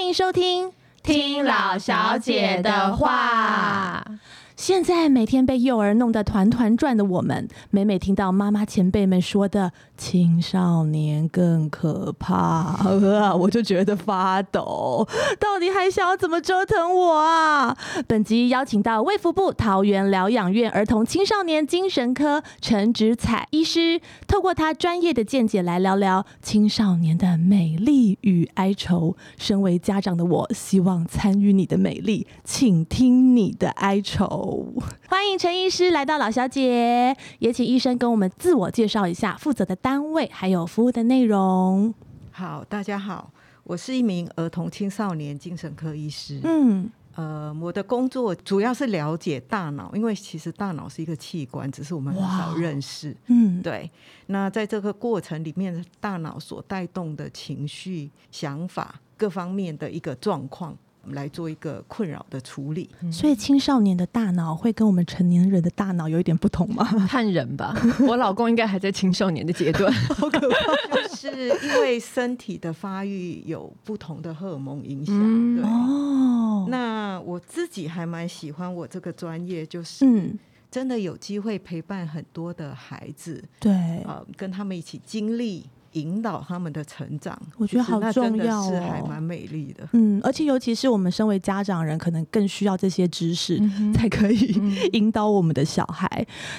迎收听《听老小姐的话》。现在每天被幼儿弄得团团转的我们，每每听到妈妈前辈们说的“青少年更可怕”， 呃我就觉得发抖。到底还想要怎么折腾我啊？本集邀请到卫福部桃园疗养院儿童青少年精神科陈植彩医师，透过他专业的见解来聊聊青少年的美丽与哀愁。身为家长的我，希望参与你的美丽，请听你的哀愁。 欢迎陈医师来到老小姐，也请医生跟我们自我介绍一下负责的单位，还有服务的内容。好，大家好，我是一名儿童青少年精神科医师。嗯呃，我的工作主要是了解大脑，因为其实大脑是一个器官，只是我们很哇少认识。嗯，对，那在这个过程里面，大脑所带动的情绪、想法各方面的一个状况，我们来做一个困扰的 处理。所以青少年的大脑会跟我们成年人的大脑有一点不同吗？看人吧， 我老公应该还在青少年的阶段。就是因为身体的发育有不同的荷尔蒙影响。嗯对，哦，那我自己还蛮喜欢我这个专业，就是嗯，真的有机会陪伴很多的孩子，对，呃，跟他们一起经历、引导他们的成长，我觉得其实好那真的重要是哦还蛮美丽的。嗯，而且尤其是我们身为家长人，可能更需要这些知识。嗯哼才可以嗯引导我们的小孩。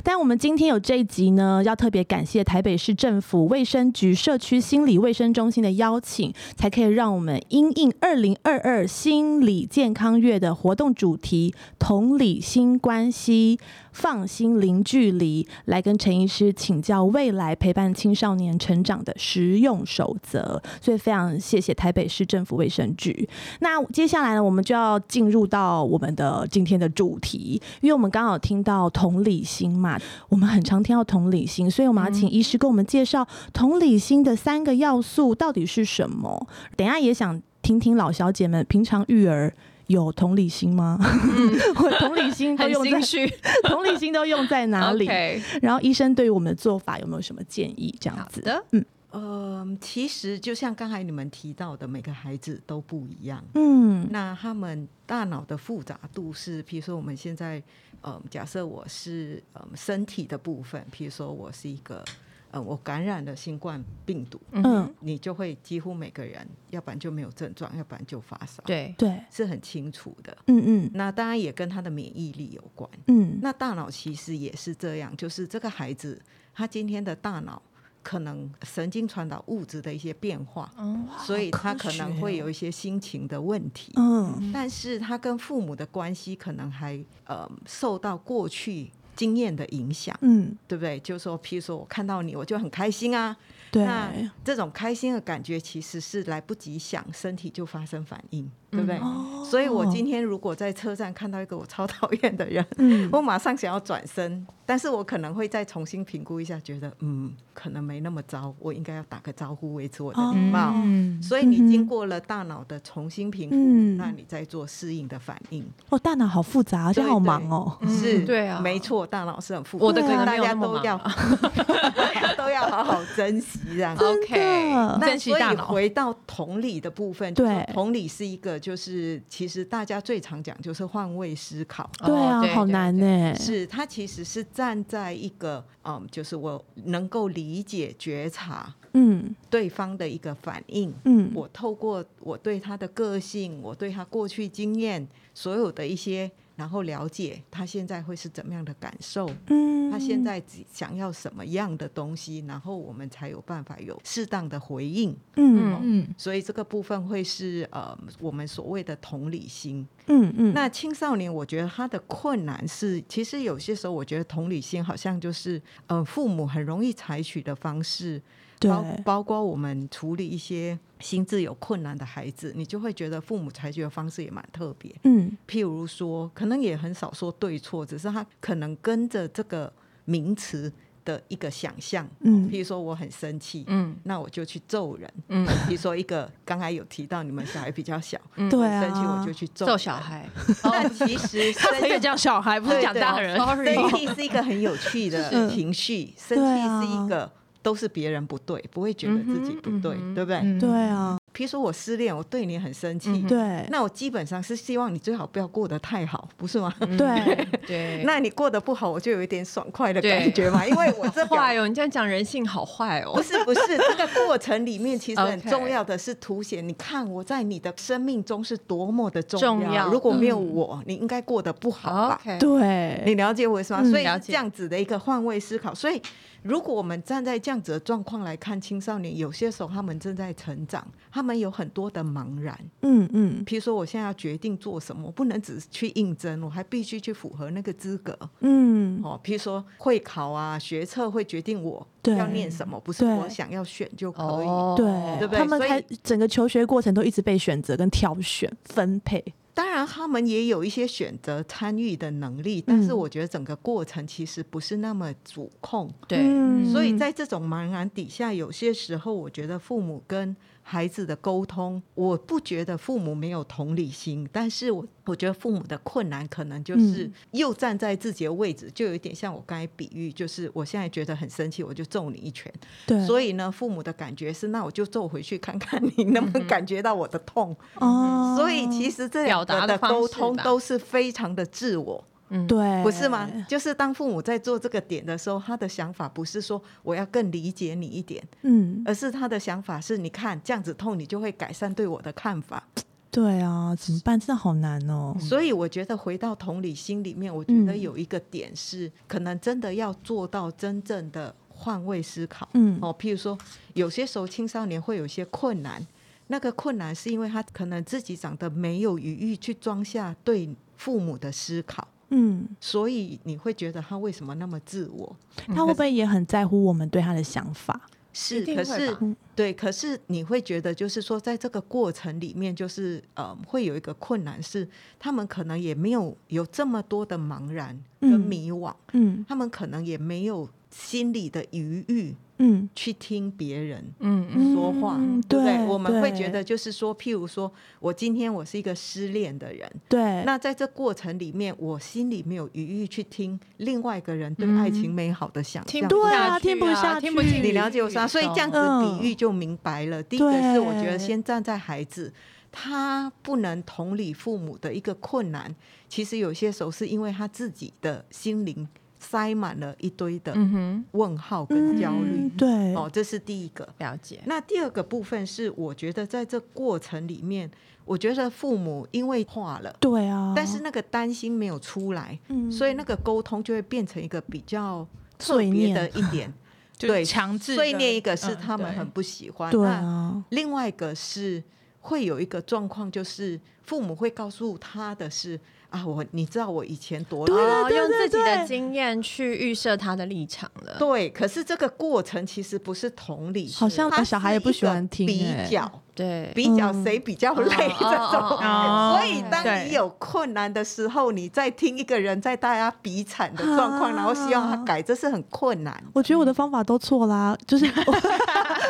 但我们今天有这一集呢，要特别感谢台北市政府卫生局社区心理卫生中心的邀请，才可以让我们因应二零二二心理健康月的活动主题“同理心关系，放心零距离”，来跟陈医师请教未来陪伴青少年成长的实用守则。所以非常谢谢台北市政府卫生局。那接下来呢，我们就要进入到我们的今天的主题，因为我们刚好听到同理心嘛，我们很常听到同理心，所以我们要请医师跟我们介绍同理心的三个要素到底是什么。等一下也想听听老小姐们平常育儿。有同理心吗？ 我同理心都嗯 很用在心虚， 同理心都用在哪里 OK，然后医生对于我们的做法有没有什么建议？这样好子的，呃，其实就像刚才你们提到的，每个孩子都不一样。嗯那他们大脑的复杂度是，比如说我们现在，呃，假设我是呃身体的部分，比如说我是一个，呃，我感染了新冠病毒，嗯哼，嗯，你就会几乎每个人，要不然就没有症状，要不然就发烧，，对，对，是很清楚的。嗯嗯那当然也跟他的免疫力有关。嗯，那大脑其实也是这样，就是这个孩子他今天的大脑可能神经传导物质的一些变化，哦嗯所以他可能会有一一些心情的问题。哦嗯但是他跟父母的关系可能还呃受到过去经验的影响，嗯，对不对？就是说，譬如说我看到你，我就很开心啊。对，那这种开心的感觉其实是来不及想，身体就发生反应，对不对？哦所以我今天如果在车站看到一个我超讨厌的人，嗯 我马上想要转身，但是我可能会再重新评估一下，觉得嗯，可能没那么糟，我应该要打个招呼维持我的礼貌。哦嗯，所以你经过了大脑的重新评估，嗯那你再做适应的反应，哦，大脑好复杂，而且对好忙哦。嗯是，对啊没错，大脑是很复杂，我的所可以能大没有家那么都忙啊要， 大家都要好好珍惜 这样子。 OK，的那珍惜所大以脑，回到同理的部分，就是对同理是一个，就是其实大家最常讲就是换位思考，哦对啊，好难呢、。是它其实是站在一个嗯，就是我能够理解觉察嗯对方的一个反应。嗯，我透过我对他的个性，我对他过去经验所有的一些，然后了解他现在会是怎么样的感受，嗯，他现在只想要什么样的东西，然后我们才有办法有适当的回应。嗯嗯所以这个部分会是呃我们所谓的同理心。嗯嗯，那青少年，我觉得他的困难是，其实有些时候我觉得同理心好像就是呃父母很容易采取的方式，对包包括我们处理一些心智有困难的孩子，你就会觉得父母采取的方式也蛮特别。嗯譬如说，可能也很少说对错，只是他可能跟着这个名词的一个想象。哦嗯譬如说，我很生气，嗯那我就去揍人。嗯，比如说一个刚才有提到你们小孩比较小，嗯对生气啊，我就去揍揍人小。 孩，那 其实生可以讲小孩，不是讲大人。 生气是一个很有趣的情绪，对生气啊是一个都是别人不对，不会觉得自己不对，嗯哼对不对？对啊，比如说我失恋，我对你很生气，嗯哼对，那我基本上是希望你最好不要过得太好，不是吗？嗯嗯对对， 那你过得不好，我就有一点爽快的感觉嘛，因为我这 表坏哦，你这样讲人性好坏哦不。是不是，这个过程里面其 实很 OK 重要的是凸显，你看我在你的生命中是多么的重重要嗯如果没有我，你应该过得不好吧？ OK，对，嗯 你了解我意思吗？嗯所以了是解这样子的一个换位思考。所以，如果我们站在这样子的状况来看青少年，有些时候他们正在成长，他们有很多的茫然。嗯嗯譬如说，我现在要决定做什么，我不能只是去应征，我还必须去符合那个资格。嗯，哦，譬如说会考啊、学测会决定我对要念什么，不是对哦我想要选就可以。哦对，对不对他们所以开整个求学过程都一直被选择跟挑选分配，当然，他们也有一些选择参与的能嗯力，但是我觉得整个过程其实不是那么主控。对，嗯所以在这种茫然底下，有些时候我觉得父母跟孩子的沟通，我不觉得父母没有同理心，但是我我觉得父母的困难可能就是嗯又站在自己的位置，就有一点像我刚才比喻，就是我现在觉得很生气，我就揍你一拳。对，所以以呢，父母的感觉是，那我就揍回去看看你能不能感觉到我的痛。嗯哦，所以其实实这两表达的个的方式吧沟通都是非常的自我，嗯，对，不是哎吗？就是当父母在做这个点的时候，他的想法不是说我要更理解你一点，嗯，而是他的想法是，你看这样子痛，你就会改善对我的看法。对啊，怎么办？真的好难哦。所以我觉得回到同理心里面，我觉得嗯有一个点是，可能真的要做到真正的换位思考。嗯哦，譬如说，有些时候青少年会有一些困难，那个困难是因为他可能自己长得没有余裕去装下对父母的思考，嗯，所以你会觉得他为什么那么自我？他会不会也很在乎我们对他的想法？是一，定可会是吧嗯对，可是你会觉得，就是说，在这个过程里面，就是呃，会有一个困难是，他们可能也没有有这么多的茫然跟嗯迷惘，嗯他们可能也没有心理的余裕嗯去听别人。嗯嗯嗯说话，嗯对不对我们会对觉得就是说，譬如说我今天我是一个失恋的人，对，那在这过程里面，我心里没有余裕去听另外一个人对爱情美好的想象。听对不啊下去嗯听不下啊，听不去进你了解我去啥？所以这样子嗯比喻就明白了。第一个是我觉对得先站在孩子，他不能同理父母的一个困难，其实有些时候是因为他自己的心灵塞满了一堆的嗯哼，问号跟焦虑嗯。对，哦，这是第一个。了解，那第二个部分是，我觉得在这过程里面，我觉得父母因为化了，对啊，但是那个担心没有出来，嗯所以那个沟通就会变成一个比较特罪别孽的一 点。就对强制罪的孽一个是嗯他们对很不喜欢，对那啊，另外一个是会有一个状况，就是父母会告诉他的是啊，我你知道我以前多对啊对哦累对用对自己对的经验去预设他的立场了，对，可是这个过程其实不是同理，好像它小孩也不喜欢听是一个欸比较。对，比较嗯谁比较累哦这种哦哦哦，所以当对你有困难的时候，你在听一个人在大家比惨的状况，啊然后希望他改，这是很困难。我觉得我的方法都错啦，就是 我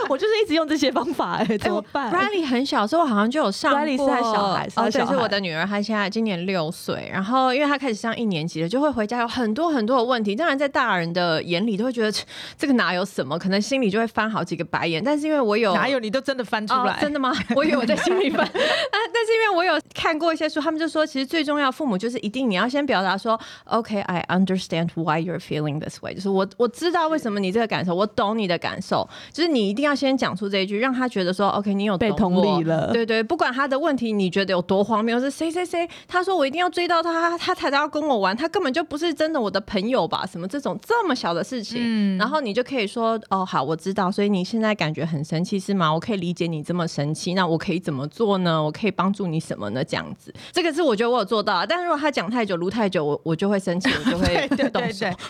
我就是一直用这些方法，哎，怎么办？ Riley 很小时候好像就有上过 Riley 是他小孩是他哦，小对，孩是我的女儿，她现在今年六岁。然后因为她开始上一年级了，就会回家有很多很多的问题。当然，在大人的眼里都会觉得切 这个哪有什么，可能心里就会翻好几个白眼。但是因为哦我有哪有你都真的翻出哦来，真 的吗？我以为我在心里翻啊，但是因为我有看过一些书，他们就说，其实最重要，父母就是一定你要先表达说，OK，I、understand why you're feeling this way，就是我我知道为什么你这个感受，我懂你的感受，就是你一定要先讲出这一句，让他觉得说，OK，你有被懂同我理了对对，不管他的问题你觉得有多荒谬，是谁谁谁，他说我一定要追到他，他才要跟我玩，他根本就不是真的我的朋友吧？什么这种这么小的事情，嗯然后你就可以说哦，好，我知道，所以你现在感觉很生气是吗？我可以理解你这么生气，那我可以怎么做呢？我可以帮助你什么呢？这样子，这个是我觉得我有做到啊，但如果他讲太久，撸太久，我我就会生气，我就会对 对动对手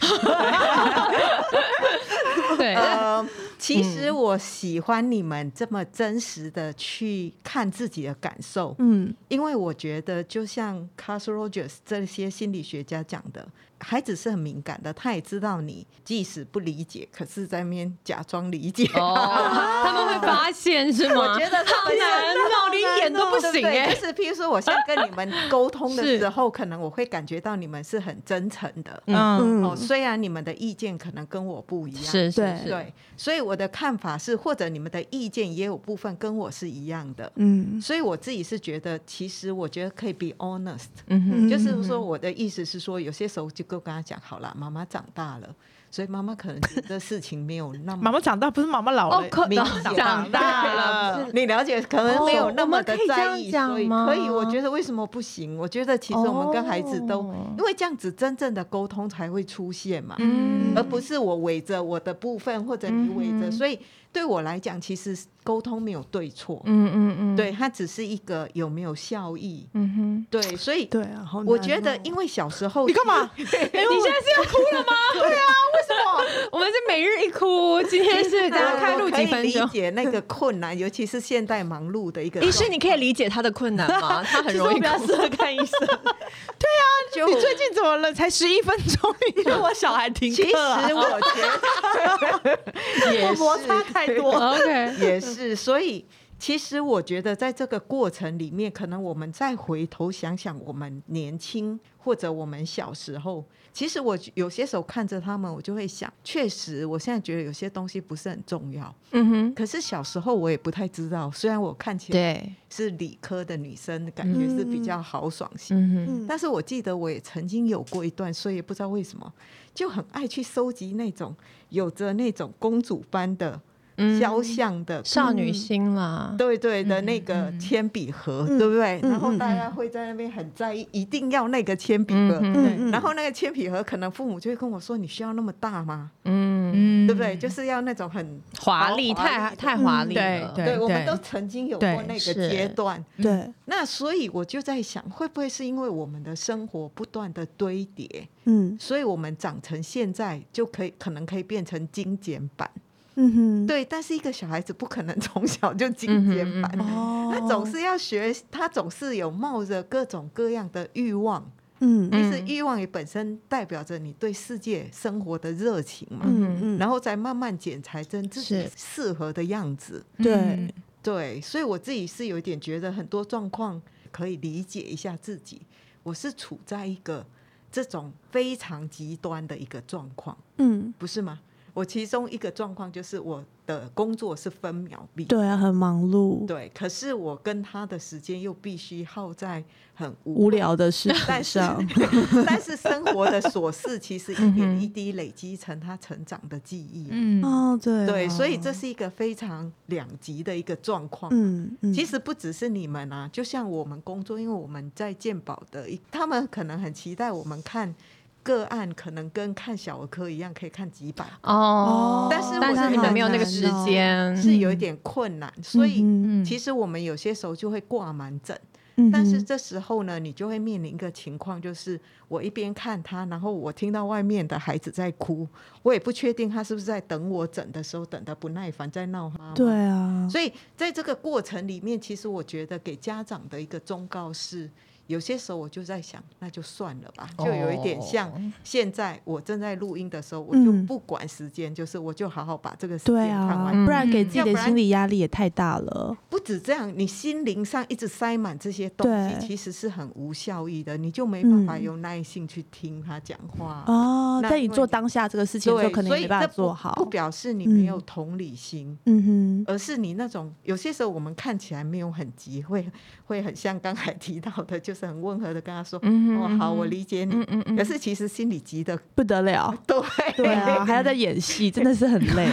对，对。，呃，嗯其实我喜欢你们这么真实的去看自己的感受，嗯因为我觉得就像 Carl Rogers 这些心理学家讲的，孩子是很敏感的，他也知道你即使不理解，可是在面假装理解。哦，他们会发现是吗？我觉得他好们难，脑里一点都不行对哎、对哦就是譬如说，我现在跟你们沟通 是的时候，可能我会感觉到你们是很真诚的。嗯，嗯哦，虽然你们的意见可能跟我不一样，是是对是，对，所以我的看法是，或者你们的意见也有部分跟我是一样的。嗯所以我自己是觉得，其实我觉得可以 be honest，、嗯哼，嗯就是说我的意思是说，有些时候就跟跟他讲，好啦，妈妈长大了，所以妈妈可能觉得事情没有那么妈妈长大不是妈妈老哦了，，可明长长大大了是啊你了解，可能没有那么的哦我在们可以意，这样所以讲吗可以。我觉得为什么不行？我觉得其实我们跟孩子都，哦因为这样子真正的沟通才会出现嘛，嗯而不是我围着我的部分或者你围着。嗯哼所以对我来讲，其实沟通没有对错，嗯嗯嗯，对，它只是一个有没有效益。嗯哼。对，所以对啊，好难哦我觉得，因为小时候你 干嘛？其实？你现在是要哎哭了吗？对啊，为什么？我们是每日一哭，今天是 大家看录几呃可以分钟理。解那个困难，尤其是现代忙碌的一个状医态。师，你可以理解他的困难吗？他很容易其实我比较适合看医生。就你最近怎么了？才十一分钟， 你让我小孩停其实 课啊？我觉得也是摩擦太多。 OK，也是，所以其实我觉得在这个过程里面，可能我们再回头想想我们年轻或者我们小时候，其实我有些时候看着他们，我就会想，确实我现在觉得有些东西不是很重要，嗯哼，可是小时候我也不太知道，虽然我看起来对，是理科的女生，感觉是比较豪爽型。嗯但是我记得我也曾经有过一段，所以也不知道为什么，就很爱去收集那种有着那种公主般的哼肖像的少女心啦，对对的那个铅笔盒，嗯对不对？嗯然后大家会在那边很在意，一定要那个铅笔盒。嗯嗯然后那个铅笔盒，可能父母就会跟我说：“你需要那么大吗？嗯，嗯对不对？就是要那种很华丽，豪华太的太华丽了，嗯对对我们都曾经有过对那个是阶段。对，那所以我就在想，会不会是因为我们的生活不断的堆叠，嗯所以我们长成现在就可以可能可以变成精简版？嗯哼，对，但是一个小孩子不可能从小就精简版。嗯哼哦，嗯哼他总是要学，他总是有冒着各种各样的欲望。嗯其实欲望也本身代表着你对世界生活的热情嘛，嗯嗯，然后再慢慢剪裁成自己是适合的样子。嗯对，对，所以我自己是有一点觉得很多状况可以理解一下自己，我是处在一个这种非常极端的一个状况，嗯不是吗？我其中一个状况就是我的工作是分秒必对啊，很忙碌，对，可是我跟他的时间又必须耗在很无无聊的事情 但是上，嗯但是生活的琐事其实一点一滴累积成他成长的记忆。嗯哦，对啊，对，所以这是一个非常两极的一个状况。嗯嗯，其实不只是你们啊，就像我们工作，因为我们在健保的一，他们可能很期待我们看个案，可能跟看小儿科一样，可以看几百，哦，但是但我是你觉们得没有那个很时难哦间，是有一点困难。所以嗯其实我们有些时候就会挂满诊。嗯但是这时候呢，你就会面临一个情况，就是我一边看他，然后我听到外面的孩子在哭，我也不确定他是不是在等我诊的时候等的不耐烦，在闹妈妈。对。啊，所以在这个过程里面，其实我觉得给家长的一个忠告是，有些时候我就在想，那就算了吧，哦就有一点像现在我正在录音的时候，我嗯就不管时间，就是我就好好把这个时对间看啊完。，不然给自己嗯要不的然心理压力也太大了。不止这样，你心灵上一直塞满这些东对西，其实是很无效益的，你就没办法嗯有耐性去听他讲话。哦，啊那在你因为做你当下这个事情的时候，对，可能所也以没办这法不做好不。表示你没有嗯同理心。嗯哼，而是你那种有些时候我们看起来没有很急，会会很像刚才提到的，就是很温和的跟他说：“嗯哼哦，好，我理解你。嗯嗯嗯可是其实心里急的，不得了， 对对啊，还要再演戏，真的是很 累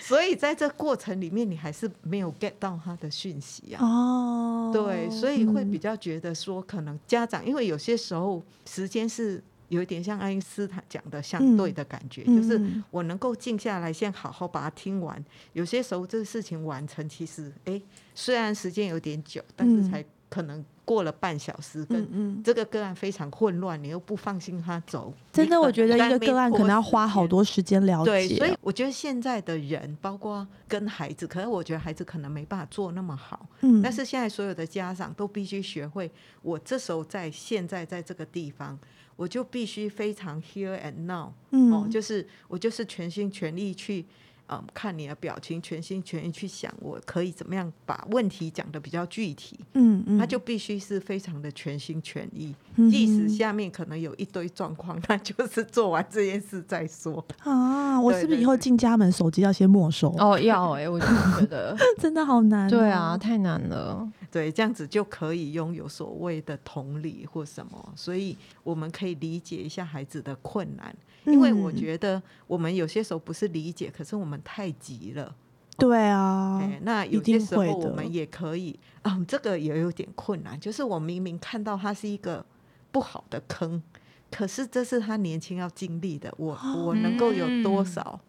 所以在这过程里面，你还是没有 get 到他的讯息啊。哦。对，所以会比嗯较觉得说，可能家长因为有些时候时间是有一点像爱因斯坦讲的相对的感觉，嗯就是嗯我能够静下来，先好好把它听完。有些时候这个事情完成，其实诶，虽然时间有点久，但是才可能过了半小时，嗯跟嗯，这个个案非常混乱，你又不放心他走。真的，你我觉得在一那个边个案可拖能要时花好间多时间了对，所以解。哦我觉得现在的人，包括跟孩子，可是我觉得孩子可能没办法做那么好，嗯但是现在所有的家长都必须学会，我这时候在现在在这个地方，我就必须非常 here and now，、嗯哦，就是我就是全心全力去。嗯，看你的表情，全心全意去想，我可以怎么样把问题讲得比较具体。嗯嗯，他就必须是非常的全心全意，嗯即哼使下面可能有一堆状况，那就是做完这件事再说。啊，我对是不是对以后对进家门手机要先没收？哦， 要哎、我就觉得， 真的好难、哦对啊，，太难了。对，这样子就可以拥有所谓的同理或什么，所以我们可以理解一下孩子的困难，因为嗯我觉得我们有些时候不是理解，可是我们太急了。对啊，哎，那一有些定时候会我的们也可以，嗯，这个也有点困难，就是我明明看到它是一个不好的坑，可是这是他年轻要经历的，我哦我能够有多 嗯少？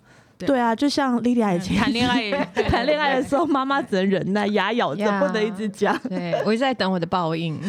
对啊，就像莉莉亚以前谈恋爱也 谈恋爱的时候，妈妈只能忍耐，牙咬着不能一直讲， 对我一直在等我的报应。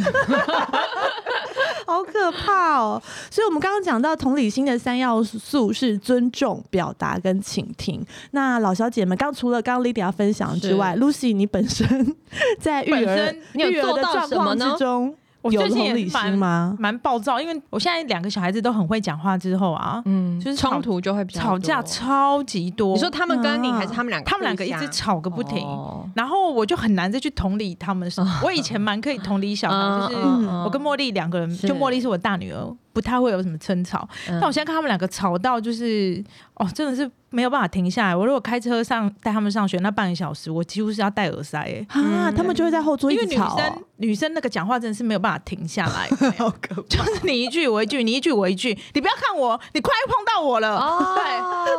好可怕哦。所以，我们刚刚讲到同理心的三要素是尊重、表达跟倾听。那老小姐们，刚除了刚刚 Lydia 分享之外，Lucy 你本身 在育本儿身你有育儿做的到状什么况呢之中，我有最近同也理是蛮心吗？蛮暴躁，因为我现在两个小孩子都很会讲话，之后啊，嗯，就是吵冲突就会比较吵架多超级多。你说他们跟你还是啊他们两个？他们两个一直吵个个哦不停，然后我就很难再去同理他 们。我以前蛮可以同理小孩，就是嗯我跟茉莉两个人，是就茉莉是我大女儿，不太会有什么争吵。嗯但我现在看他们两个吵到，就是哦，真的是没有办法停下来。我如果开车上带他们上学那半个小时，我几乎是要戴耳塞、欸，啊，他们就会在后座一因为直女吵哦生女生那个讲话真的是没有办法停下来，好可怕！就是你一句我一句，你一句我一句，你不要看我，你快碰到我了。 哦，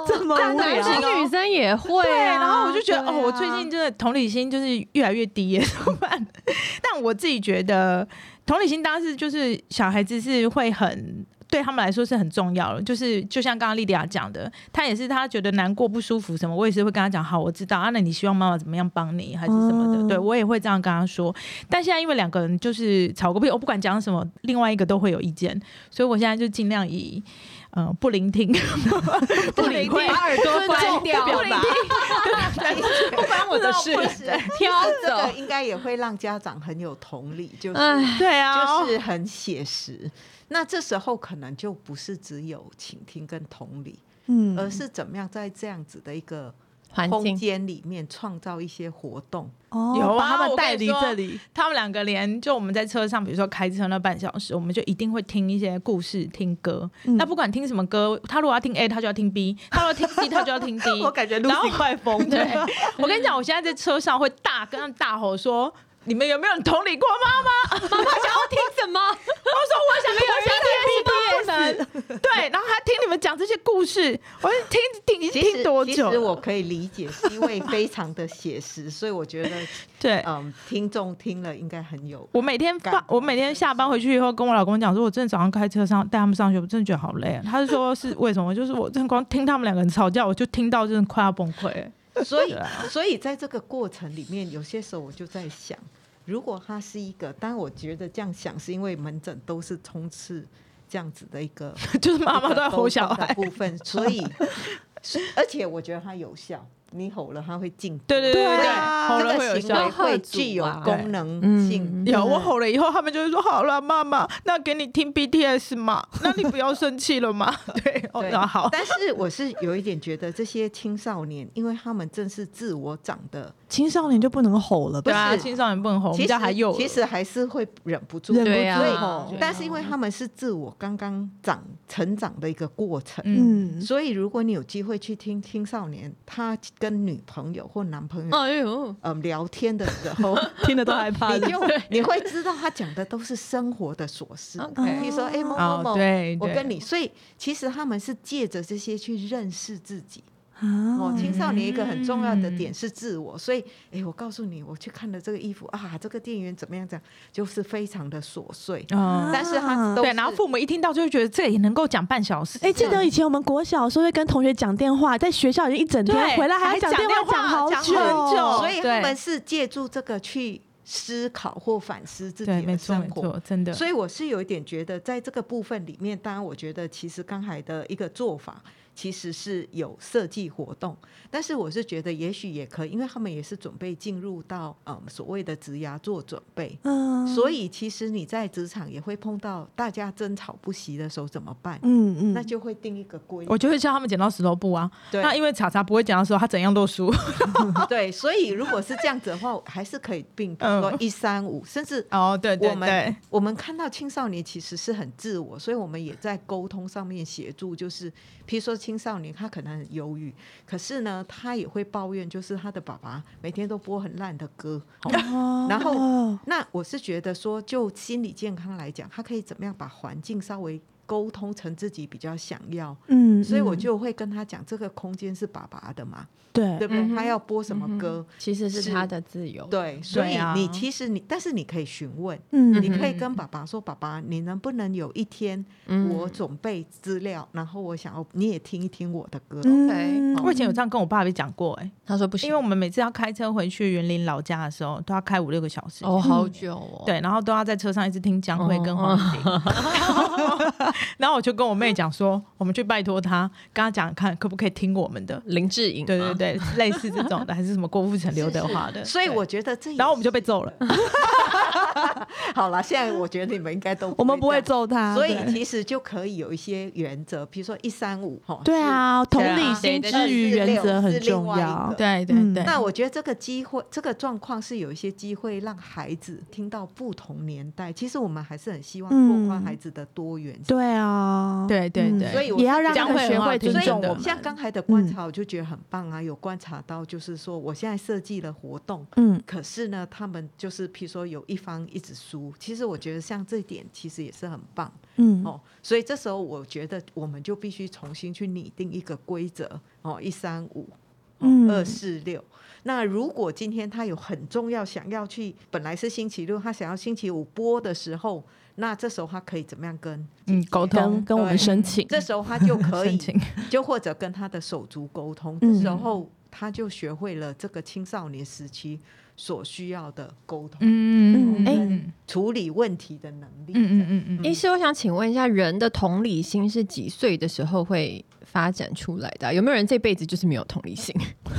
这么无男聊。生女生也会啊对，啊，然后我就觉得、对啊哦，我最近真的同理心就是越来越低耶， 怎么办？但我自己觉得同理心当时就是小孩子是会很。对他们来说是很重要的，就是就像刚刚莉迪亚讲的，她也是她觉得难过不舒服什么，我也是会跟她讲，好，我知道啊，那你希望妈妈怎么样帮你还是什么的，嗯对我也会这样跟她说。但现在因为两个人就是吵个哦不停，我不管讲什么，另外一个都会有意见，所以我现在就尽量以呃不聆听， 不理聆会听，把耳朵关掉不聆听，不关我的事。挑这个走。应该也会让家长很有同理，就是哎，对啊，就是很写实。那这时候可能就不是只有倾听跟同理，嗯而是怎么样在这样子的一个环空境间里面创造一些活动。哦有把啊他们我跟带你离说这里，他们两个连就我们在车上，比如说开车那半小时，我们就一定会听一些故事、听歌。嗯那不管听什么歌，他如果要听 A，他就要听 B；他如果要听 C，他就要听 D。 感觉然后 Lucy 快疯 对，我跟你讲，我现在在车上会大跟他们大吼说：“你们有没有人同理过妈妈？” 妈妈想要听什么？我想，我想听 B 不能。对，然后他听你们讲这些故事，我就听听其听实多其久实了？我可以理解，是因为非常的写实，所以我觉得， 对，嗯，听众听了应该很有。我每天感放，我每天下班回去以后，跟我老公讲说，我真的早上开车上带他们上学，我真的觉得好累、啊。 他就说是为什么？就是我真的光听他们两个人吵架，我就听到真的快要崩溃、 所以，啊所以在这个过程里面，有些时候我就在想，如果他是一个，当然我觉得这样想是因为门诊都是充斥这样子的一个 就是妈妈都在吼小一个孩。沟通的部分，所 以，而且我觉得它有效，你吼了它会进步，对对对对对对，啊吼这了个会有行为效效。会具有功能性嗯。有我吼了以后，他们就会说好了，妈妈，那给你听 BTS 嘛，那你不要生气了嘛。 对，哦，对那好， 但是我是有一点觉得这些青少年，因为他们正是自我长的，青少年就不能吼了吧？对啊，不是青少年不能吼，我其们实家还有，其实还是会忍不住忍不对啊住所以吼，但是因为他们是自我刚刚长成长的一个过程，嗯，嗯，所以如果你有机会去听青少年他跟女朋友或男朋友哎呦，嗯聊天的时候，听得都害怕你就你会知道他讲的都是生活的琐事， OK 比如说哎某哦某某，对我对跟你，所以其实他们是借着这些去认识自己。哦 啊，，青少年一个很重要的点是自嗯我，所以，哎，我告诉你，我去看了这个衣服啊，这个店员怎么样？怎样，就是非常的琐碎，嗯，但是他都对，是然后父母一听到就会觉得这也能够讲半小时，哎，记得以前我们国小的时候会跟同学讲电话，在学校已经一整天，对回来还要讲电还讲电话讲好讲久很久哦，所以对他们是借助这个去思考或反思自对，己没的错没生活。错，真的。所以我是有一点觉得，在这个部分里面，当然我觉得其实刚才的一个做法其实是有设计活动，但是我是觉得也许也可以，因为他们也是准备进入到嗯所谓的职涯做准备，嗯所以其实你在职场也会碰到大家争吵不息的时候怎么办？嗯嗯，那就会定一个规我就会叫他们剪刀石头布啊。对那因为查查不会剪刀石头，他怎样都输。 对，所以如果是这样子的话，还是可以并，比如说嗯一三五，甚至哦，对对我们对，我们看到青少年其实是很自我，所以我们也在沟通上面协助，就是譬如说青少年他可能很忧郁，可是呢，他也会抱怨，就是他的爸爸每天都播很烂的歌。哦哦 然后那我是觉得说，就心理健康来讲，他可以怎么样把环境稍微沟通成自己比较想要。嗯，所以我嗯就会跟他讲，这个空间是爸爸的嘛，对对不对？嗯哼他要播什么歌，其实是是他的自由。对，所以啊你其实你，但是你可以询问，嗯你可以嗯跟爸爸说：“爸爸，你能不能有一天嗯我准备资料，然后我想要你也听一听我的歌？”嗯我以前有这样跟我爸爸讲过、哎，他说不行，因为我们每次要开车回去园林老家的时候，都要开五六个小时。哦好久哦，对，然后都要在车上一直听江蕙跟黄婷， 然后我就跟我妹讲说，我们去拜托她，跟她讲看可不可以听我们的，林志颖嘛，对对对，类似这种的，还是什么郭富城、刘德华的，所以对我觉得这也是，然后我们就被揍了，好了。现在我觉得你们应该都我们不会这样，啊揍他，所以对啊其实就可以有一些原则，比如说一三五哈。对啊，同啊理心谁的之于是原六则很是另重外一要个。对对对那我觉得这个机会，这个状况是有一些机会让孩子听到不同年代。其实我们还是很希望拓嗯宽孩子的多元性。对啊，对对嗯对所以我也是要让觉他得们学会讲尊所以话听重真的我们。像刚才的观察，我就觉得很棒啊，有观察到，就是说我现在设计了活动，嗯，可是呢，他们就是譬如说有一方一直输，其实我觉得像这一点其实也是很棒嗯，哦。所以这时候我觉得我们就必须重新去拟定一个规则哦，一三五。哦嗯二四六。那如果今天他有很重要想要去，本来是星期六，他想要星期五播的时候，那这时候他可以怎么样跟？嗯，沟跟通跟我们对申请，这时候他就 可以申请，就或者跟他的手足沟通，嗯这时候他就学会了这个青少年时期所需要的沟通、嗯嗯哎嗯处理问题的能力。嗯嗯嗯嗯嗯，医师，我想请问一下，人的同理心是几岁的时候会发展出来的啊、有没有人这辈子就是没有同理心？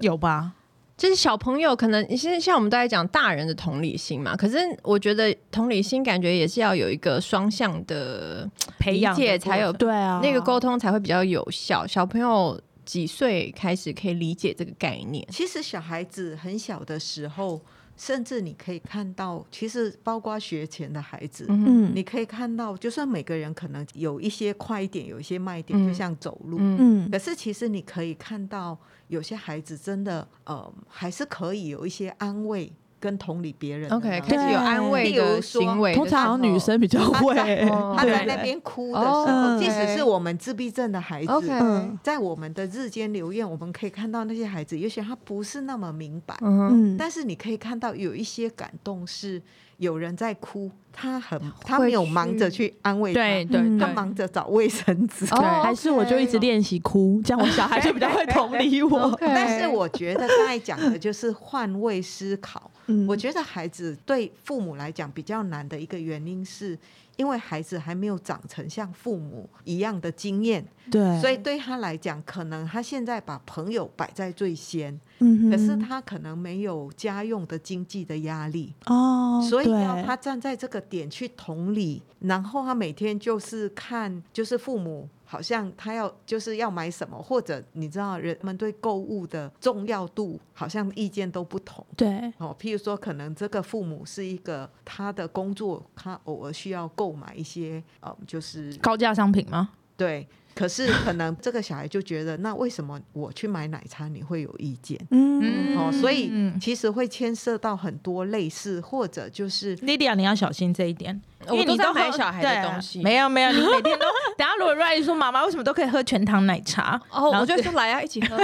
有吧？就是小朋友可能现在像我们都在讲大人的同理心嘛，可是我觉得同理心感觉也是要有一个双向的培养理解的才过有对啊，那个沟通才会比较有效。小朋友几岁开始可以理解这个概念？其实小孩子很小的时候，甚至你可以看到，其实包括学前的孩子，嗯嗯，你可以看到，就算每个人可能有一些快一点，有一些慢一点，嗯就像走路。嗯嗯可是其实你可以看到，有些孩子真的，呃，还是可以有一些安慰跟同理别人的，OK，能哦开始力有安慰对例的如说行为的时候，通常好像女生比较会他，在哦他在对那边哭的时候，哦即使 OK 是我们自闭症的孩子 OK，嗯在我们的日间留言，我们可以看到那些孩子，也许他不是那么明白，嗯哼，嗯，但是你可以看到有一些感动是有人在哭，他很他会没有忙着去安慰他，对对嗯他对，忙着找卫生纸。哦还是我就一直 OK 练习哭，这样我小孩就比较会同理我。 OK 但是我觉得刚才讲的就是换位思考。嗯我觉得孩子对父母来讲比较难的一个原因，是因为孩子还没有长成像父母一样的经验，对，所以对他来讲，可能他现在把朋友摆在最先，嗯哼，可是他可能没有家用的经济的压力，哦，所以要对他站在这个点去同理，然后他每天就是看，就是父母好像他要就是要买什么，或者你知道人们对购物的重要度好像意见都不同。对，哦，譬如说，可能这个父母是一个他的工作，他偶尔需要购买一些，呃，就是高价商品吗？对。可是可能这个小孩就觉得，那为什么我去买奶茶你会有意见？嗯，哦，所以嗯其实会牵涉到很多类似，或者就是，Lydia，你要小心这一点，因为我都你在都买喝小孩对的啊东西，没有没有，你每天都。 等下如果 Riley 说妈妈为什么都可以喝全糖奶茶，哦，然后我就 说来啊，一起 喝。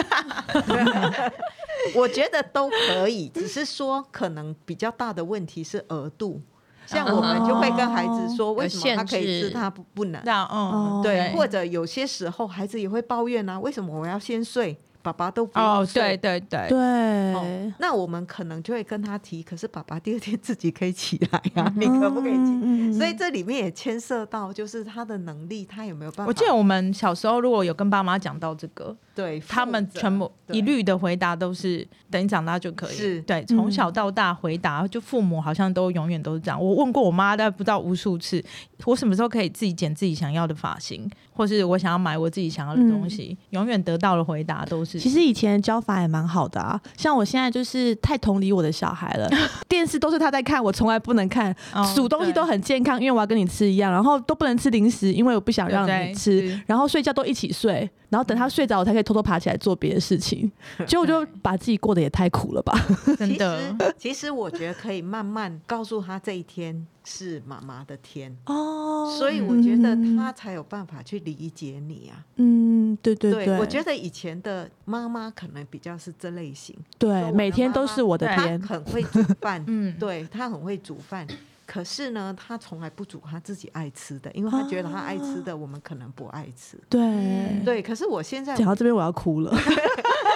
我觉得都可以，只是说可能比较大的问题是额度，像我们就会跟孩子说，为什么他可以吃，他不不能？那嗯哦对，对或者有些时候孩子也会抱怨啊，为什么我要先睡？爸爸都不用哦，睡对对对，对，哦，那我们可能就会跟他提，可是爸爸第二天自己可以起来啊，你可不可以起？嗯所以这里面也牵涉到，就是他的能力，他有没有啊办法？我记得我们小时候如果有跟爸妈讲到这个，对他们负责全部对一律的回答都是等你长大就可以。是对，嗯从小到大回答，就父母好像都永远都是这样。我问过我妈，但不知道无数次，我什么时候可以自己剪自己想要的发型，或是我想要买我自己想要的东嗯西，永远得到的回答都嗯是。其实以前教法也蛮好的啊，像我现在就是太同理我的小孩了， 电视都是他在看，我从来不能看，哦煮东西都很健康，因为我要跟你吃一样，然后都不能吃零食，因为我不想对让对你吃，是然后睡觉都一起睡，然后等他睡着，我才可以偷偷爬起来做别的事 情，结果我就把自己过得也太苦了吧。真的。其实，其实我觉得可以慢慢告诉他，这一天是妈妈的天，哦所以我觉得他才有办法去理解你啊。嗯，对对对，我觉得得以前的妈妈可能比较是这类型，对，每天都是我的对，她天，很会煮饭嗯 对她很会煮饭。可是呢，她从来不煮她自己爱吃的，因为她觉得她爱吃啊的，我们可能不爱吃。对嗯对，可是我现在，讲到这边我要哭了，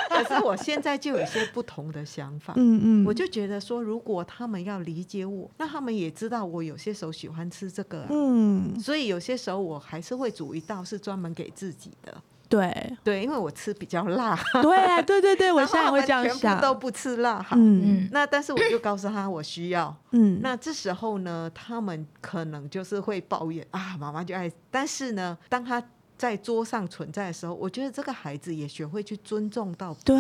可是我现在就有一些不同的想法。 嗯嗯，我就觉得说，如果他们要理解我，那他们也知道我有些时候喜欢吃这个啊、嗯所以有些时候我还是会煮一道是专门给自己的。 对对，因为我吃比较辣，对对对 对，我 然后现在也会他们这样全部想，都不吃辣哈。嗯嗯，那但是我就告诉他我需要，嗯，那这时候呢，他们可能就是会抱怨啊，妈妈就爱。但是呢，当他在桌上存在的时候，我觉得这个孩子也学会去尊重到对，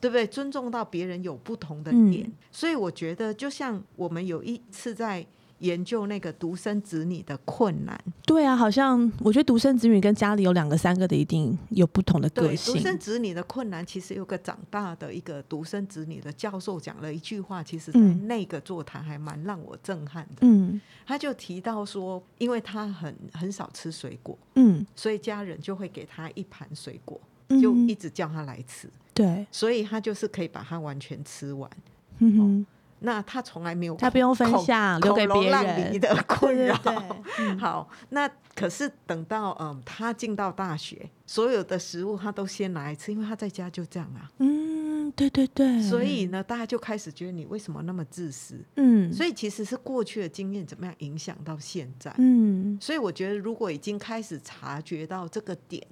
对不对？尊重到别人有不同的嗯点，所以我觉得，就像我们有一次在研究那个独生子女的困难，对啊，好像我觉得独生子女跟家里有两个、三个的，一定有不同的个对独性。生子女的困难，其实有个长大的一个独生子女的教授讲了一句话，其实在嗯那个座谈还蛮让我震撼的。嗯他就提到说，因为他很很少吃水果，嗯，所以家人就会给他一盘水果，嗯就一直叫他来吃，对，所以他就是可以把它完全吃完。哦嗯哼，那他从来没有他不用分恐享啊留给恐龙别让人 梨的困对扰。对嗯好，那可是等到嗯，他进到大学，所有的食物他都先拿来吃，因为他在家就这样啊。嗯，对对对，所以呢，大家就开始觉得你为什么那么自私？嗯，所以以其实是过去的经验怎么样影响到现在。嗯，所以我觉得，如果已经开始察觉到这个点，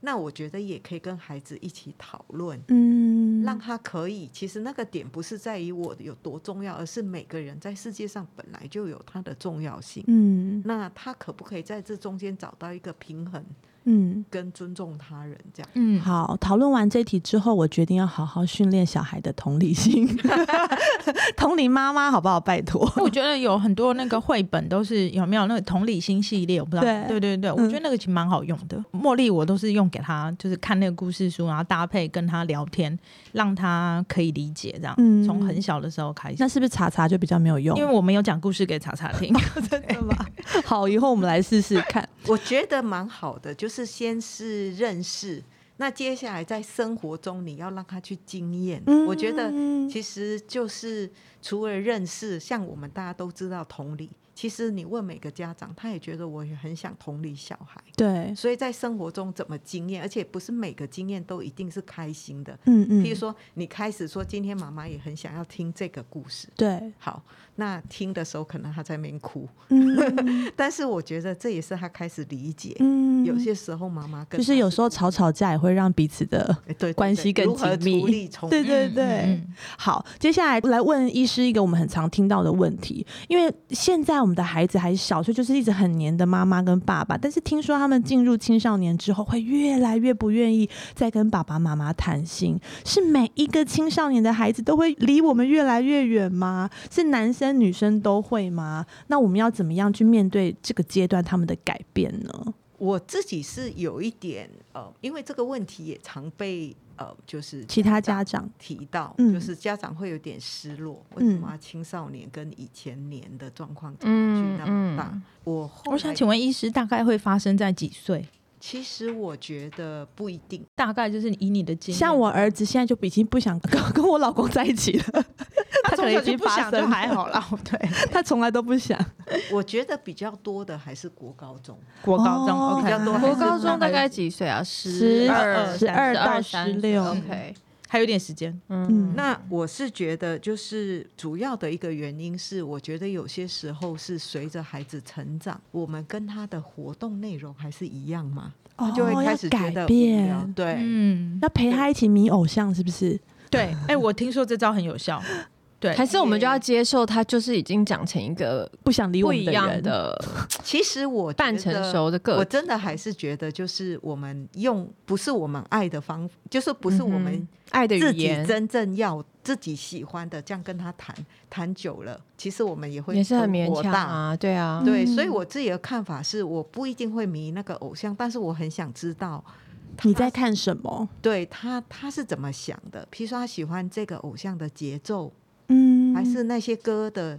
那我觉得也可以跟孩子一起讨论，嗯，让他可以。其实那个点不是在于我有多重要，而是每个人在世界上本来就有它的重要性。嗯那他可不可以在这中间找到一个平衡，嗯。跟尊重他人这 样？嗯，好，讨论完这题之后，我决定要好好训练小孩的同理心， 同理妈妈，好不好？拜托。我觉得有很多那个绘本都是有没有那个同理心系列，我不知道。对嗯对对对，我觉得那个其实蛮好用的。茉莉我都是用给她，就是看那个故事书，然后搭配跟她聊天，让她可以理解这样。嗯从很小的时候开始，那是不是查查就比较没有用？因为我没有讲故事给查查 听。哦真的 吗？好，以后我们来试试看。我觉得蛮好的，就是先是认识，那接下来在生活中你要让他去经验。我觉得嗯其实就是除了认识，像我们大家都知道同理，其实你问每个家长，他也觉得我也很想同理小孩。对，所以在生活中怎么经验，而且不是每个经验都一定是开心的。嗯嗯，譬如说，你开始说今天妈妈也很想要听这个故事，对，好，那听的时候可能他在那边哭， 嗯但是我觉得这也是他开始理解。嗯有些时候妈妈跟就是他有时候吵吵架也会让彼此的。哎对对关对系更如何紧密处理 冲对突对对，嗯好，接下来来问医师一个我们很常听到的问题，因为现在我们的孩子还小，所以就是一直很黏的妈妈跟爸爸，但是听说他们进入青少年之后，会越来越不愿意再跟爸爸妈妈谈心，是每一个青少年的孩子都会离我们越来越远吗？是男生女生都会吗？那我们要怎么样去面对这个阶段他们的改变呢？我自己是有一点呃，因为这个问题也常被呃，就是其他家长，提到，嗯就是家长会有点失落，为什么青少年跟以前年的状况差距那么大？嗯我后我来想请问医师，大概会发生在几岁？其实我觉得不一定，大概就是以你的经 验，像我儿子现在就已经不想跟跟我老公在一起了，他可从能小已经就不发想就生还好啦，对， 他从来都不想。我觉得比较多的还是国高中，国高中、哦 OK，比较多国还是高中大概几岁啊？十十二、十二到三十六 OK，还有点时间，嗯嗯，那我是觉得，就是主要的一个原因是，我觉得有些时候是随着孩子成长，我们跟他的活动内容还是一样嘛，他就哦会要开始觉改得无聊变，对，嗯，要陪他一起迷偶像，是不是？对，哎、我听说这招很有效，对，还是我们就要接受他就是已经长成一个不想理我不们一的样人的其实我觉半成得熟的我个体。嗯真的还是觉得，就是我们用不是我们爱的方，就是不是我嗯们哼爱的自语己言真正要自己喜欢的，这样跟他谈谈久了，其实我们也会也是很头勉火强大啊，对啊，对，所以嗯我自己的看法是，我不一定会迷那个偶像，但是我很想知道你在看什么？对他他是怎么想的。譬如说，他喜欢这个偶像的节奏，嗯，还是那些歌的，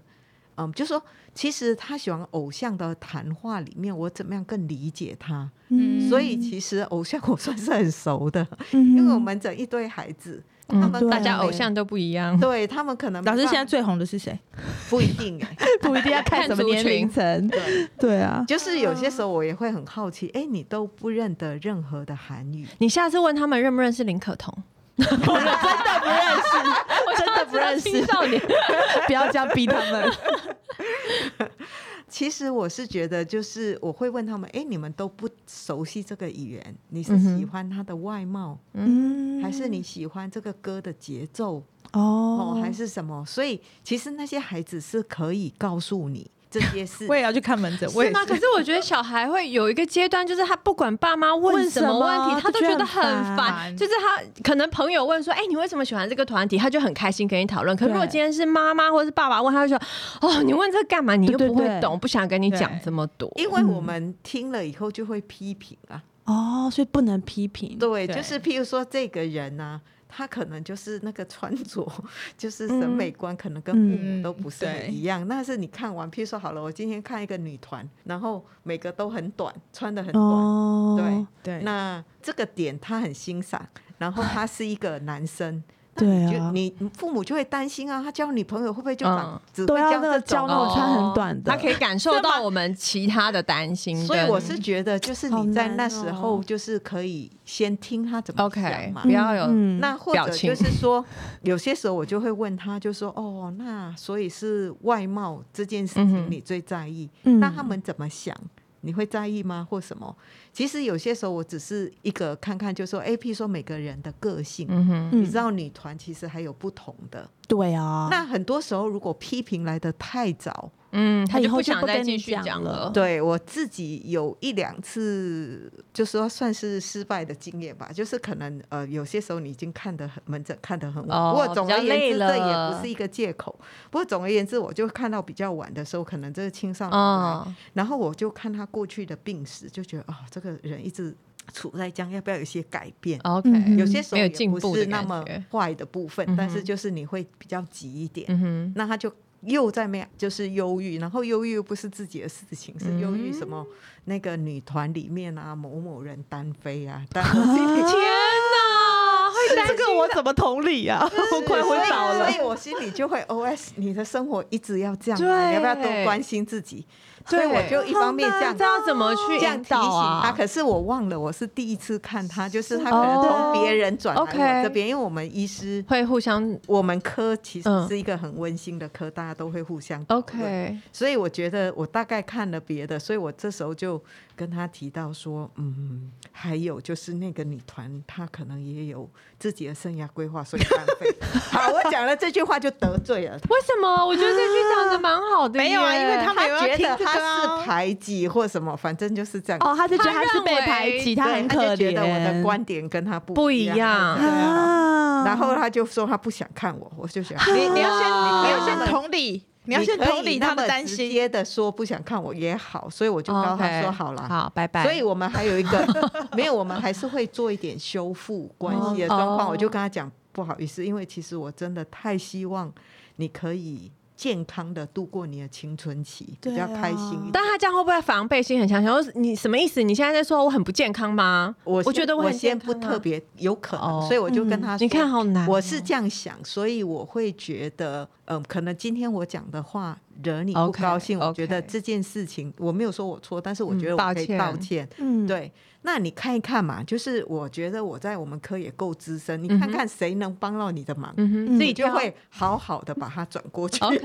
嗯，就说其实他喜欢偶像的谈话里面，我怎么样更理解他？嗯所以其实偶像 我算是很熟的，因因为我们整一堆孩子，嗯他们对大家啊偶像都不一样。对他们可能老师没现在办最红的是谁？不一 定哎、不一定要看什么年龄层，对，对 啊，就是有些时候我也会很好奇，哎、你都不认得任何的韩语。你下次问他们认不认识林可 彤，我真的不认识，真的不认识青少 年。不要这样逼他们。其实我是觉得，就是我会问他们，哎，你们都不熟悉这个语言，你是嗯哼喜欢他的外貌，嗯还是你喜欢这个歌的节奏，哦哦，还是什么？所以其实那些孩子是可以告诉你这些事 我。也要去看门诊，我也是吗？可是是我觉得小孩会有一个阶段，就是他不管爸妈问什么 问问什么题，他都觉得就很觉得很啊烦。烦就是他可能朋友问说：“哎、你为什么喜欢这个团体？”他就很开心跟你讨论。可是如果对今天是妈妈或者是爸爸问，他就说：“哦，你问这干嘛？你又对不对会对懂，不想跟你讲对这么多。”因为我们听了以后就会批评啊，哦，所以不能批评。对，对就是譬如说这个人呢、他可能就是那个穿着，就是审美观可能跟父母都不是很一样。那是你看完，譬如说好了，我今天看一个女团，然后每个都很短，穿的很短，哦，对，对，那这个点他很欣赏，然后他是一个男生，那对你就啊你父母就会担心啊，他交女朋友会不会就长、嗯只都会要交那个这交种那啊种哦穿很短的他可以感受到我们其他的担心。所以跟我是觉得，就是好你在难那时候哦就是可以先听他怎么想 OK，嘛。不要有嗯那或表者情 就是说，有些时候我就会问他，就说哦，那所以是外貌这件事嗯情哼你最在意，嗯那他们怎么想？你会在意吗，或什么？其实有些时候我只是一个看看，就说，哎，譬如说每个人的个性，嗯哼，嗯你知道女团其实还有不同的。对啊，那很多时候如果批评来的太早，嗯，他他以就后不就想不再跟继你续讲讲了了。对我自己有一两次，就说算是失败的经验吧，就是可能呃，有些时候你已经看得很门诊看得很晚，哦不过总而比较累言之，这也了不是一个借口。不过总而言之，我就看到比较晚的时候，可能这个青少年来，嗯，然后我就看他过去的病史，就觉得哦，这个人一直处在这样，要不要有一些改变？ OK，嗯有些时候没有也进步不的是那感么觉坏的部分，嗯但是哼就是你会比较急一点。嗯哼，那他就又在面就是忧郁，然后忧郁又不是自己的事情，是嗯忧郁什么、那个女团里面啊某某人单飞啊，但天哪，会担这心个我怎么同理啊？我快昏倒了所以。所以我心里就会 OS：你的生活一直要这样对吗，你要不要多关心自己？所对以我就一方面这样这。要怎么去这样引提醒导他，啊？可是我忘了，我是第一次看他，就是他可能哦从别人转来 OK 我这边，因为我们医师，会互相我们科其实嗯是一个很温馨的科，大家都会互相讨论 OK，所以我觉得我大概看了别的，所以我这时候就跟他提到说，嗯，还有就是那个女团，她可能也有自己的生涯规划，所以浪费。 好，我讲了这句话就得罪了他，为什么？我觉得这句讲的蛮好的耶，没有啊因为 他没有要觉听得这个啊她是排挤或什么，反正就是这样。哦，他就觉得他他是认被为排挤，他对很她可就觉怜。得我的观点跟她不不一一样对啊啊然后他就说他不想看我，我就 想你你要先你你可要先以同理，你要先可以同理那他的么担直心，接的说不想看我也好，所以我就告诉他说 OK，好了，好，拜拜。所以我们还有一个 没有，我们还是会做一点修复关系的状况。哦我就跟他讲，不好意思，因为其实我真的太希望你可以健康的度过你的青春期，对比较开心一点。啊但他这样会不会防备心很强？想说你什么意思？你现在在说我很不健康吗？我我觉得我很先健不康啊特，别有可能，哦所以我就跟嗯他说，你看好难哦。我是这样想，所以我会觉得，嗯、可能今天我讲的话惹你不 OK，高兴我 OK 觉得这件事情我没有说我错，但是我觉得嗯我可抱以歉道歉。嗯，对，那你看一看嘛，就是我觉得我在我们科也够资深，你嗯哼看看谁能帮到你的忙，嗯嗯哼，自你己就挑会好好的把它转过去。 OK。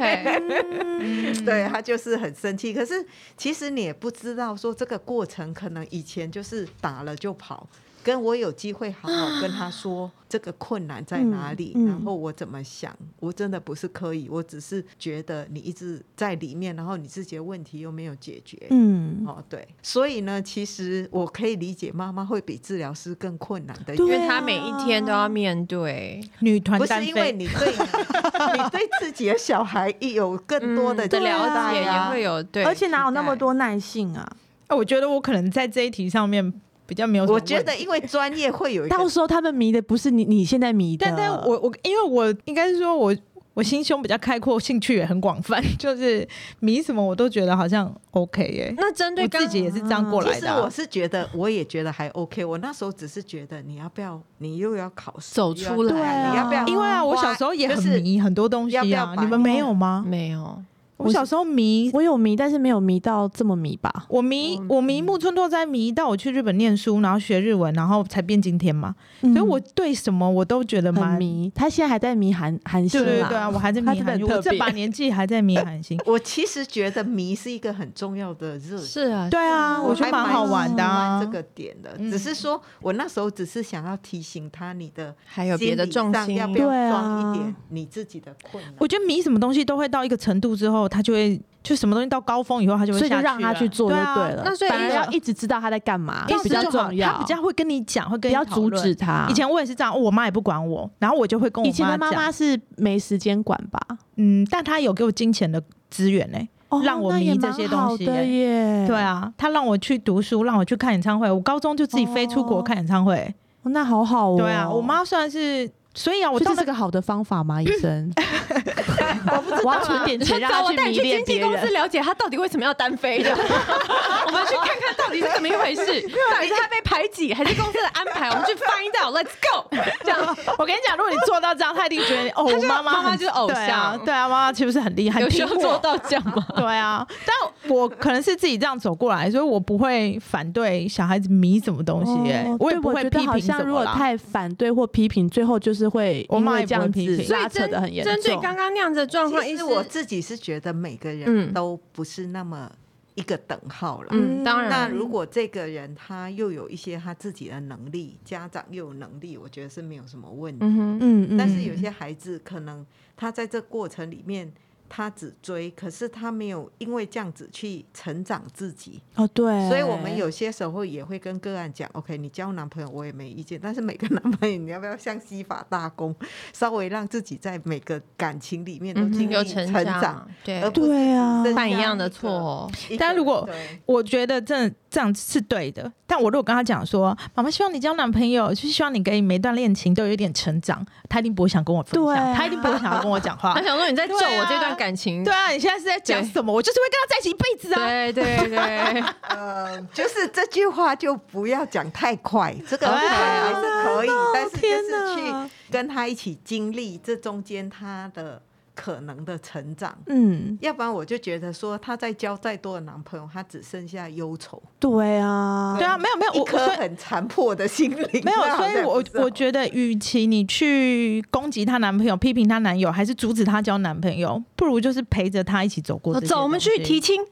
对他就是很生气，可是其实你也不知道说这个过程，可能以前就是打了就跑。跟我有机会好好跟他说这个困难在哪里，嗯嗯然后我怎么想，我真的不是刻意，我只是觉得你一直在里面，然后你自己的问题又没有解决。嗯，哦，对，所以呢，其实我可以理解妈妈会比治疗师更困难的，对因为他每一天都要面对，女团不单是因为飞，你对你对自己的小孩一有更多的嗯的期了待解，也啊会有对，而且哪有那么期待？多耐性啊？啊我觉得我可能在这一题上面比较没有什么我问题，觉得，因为专业会有一个到时候他们迷的不是你，你现在迷的，但但我我因为我应该是说我我心胸比较开阔，兴趣也很广泛， 就是迷什么我都觉得好像 OK 耶、那针对我刚自己也是这样过其来实的啊、我是觉得，我也觉得还 OK。我那时候只是觉得，你要不要，你又要考试，走又要出来对啊啊你要不要？因为啊，我小时候也很就是迷很多东西要不要啊，把。你们没有吗？没有，我小时候迷哦嗯我有迷，但是没有迷到这么迷吧？我迷哦嗯我迷木村拓哉迷到我去日本念书，然后学日文，然后才变今天嘛。所所以我对什么我都觉得嗯很蛮迷，他现在还在迷韩韩对星对啦对啊，我还在迷 他真的很韩星，特我这别把年纪还在迷韩星我其实觉得迷是一个很重要的热情。是啊，对啊，我觉还得蛮好玩的、啊。喜欢这个点的，嗯只是说我那时候只是想要提醒他，你的还有别的心理重上心要不要对啊装一点你自己的困难？我觉得迷什么东西都会到一个程度之后，他就会就什么东西到高峰以后，他就会所以就下去让他了去做就对对啊了。那所以反而一个要一直知道他在干嘛这样，子比较就好重要，他比较会跟你讲，会不跟你要讨阻论止。他。以前我也是这样，哦我妈也不管我，然后我就会跟我以前的妈讲妈是没时间管吧，嗯，但她有给我金钱的资源呢、哦让我迷这些东那西也蛮好的耶。对，啊，她让我去读书，让我去看演唱会。我高中就自己飞出国哦看演唱会。那好好哦。对啊，我妈虽然是，所以啊，我所以到这那是个个好的方法吗？医生，我不知道，我要存点你钱说让找他我带你迷去恋经纪别公司人。了解他到底为什么要单飞 的，我们去看看到底是怎么一回事，到底是他被排挤还是公司的安排？我们去 find out，let's go。这样我跟你讲，如果你做到这样，她一定觉得哦，我就妈妈妈妈很就是偶对啊，像对啊，妈妈岂不是很厉害？有很需要听做我到这样吗？对啊，但我可能是自己这样走过来，所以我不会反对小孩子迷什么东西、欸，哦我也对不会觉批得好评什像如么果啦。太反对或批评，最后就是会我因妈为也不这样会批子评 拉扯的很严重。针对刚刚那样子的状况，其意实思我自己是觉得每个人嗯都不是那么一个等号啦。嗯，当那然，如果这个人他又有一些他自己的能力，家长又有能力，我觉得是没有什么问题。嗯哼，嗯嗯，但是有些孩子可能他在这过程里面，他只追，可是他没有因为这样子去成长自己。哦对，所以我们有些时候也会跟个案讲，OK，你交男朋友我也没意见，但是每个男朋友你要不要像西法大公，稍微让自己在每个感情里面都嗯经哼，有历成成长，，对而，不是对啊，只是犯一样的错哦，一个但如果对我觉得真的这样是对的，但我如果跟他讲说，妈妈希望你交男朋友，就是希望你跟每段恋情都有一点成长，他一定不会想跟我分对享，啊他一定不会想要跟我讲话 他。想说你在咒对啊我这段感情，对啊，你现在是在讲对什么？我就是会跟他在一起一辈子啊！对对 对，呃，就是这句话就不要讲太快，这个 OK 还是可以，但是天就是哪去跟他一起经历这中间他的可能的成长。嗯，要不然我就觉得说，他再交再多的男朋友，他只剩下忧愁，对啊，对啊，没有没有，一 我颗所以很残破的心灵。没有，那好所像以我不是我好觉得，与其你去攻击她男朋友、批评她男友，还是阻止她交男朋友，不如就是陪着她一起走过这些哦走，我们去东西提。 亲，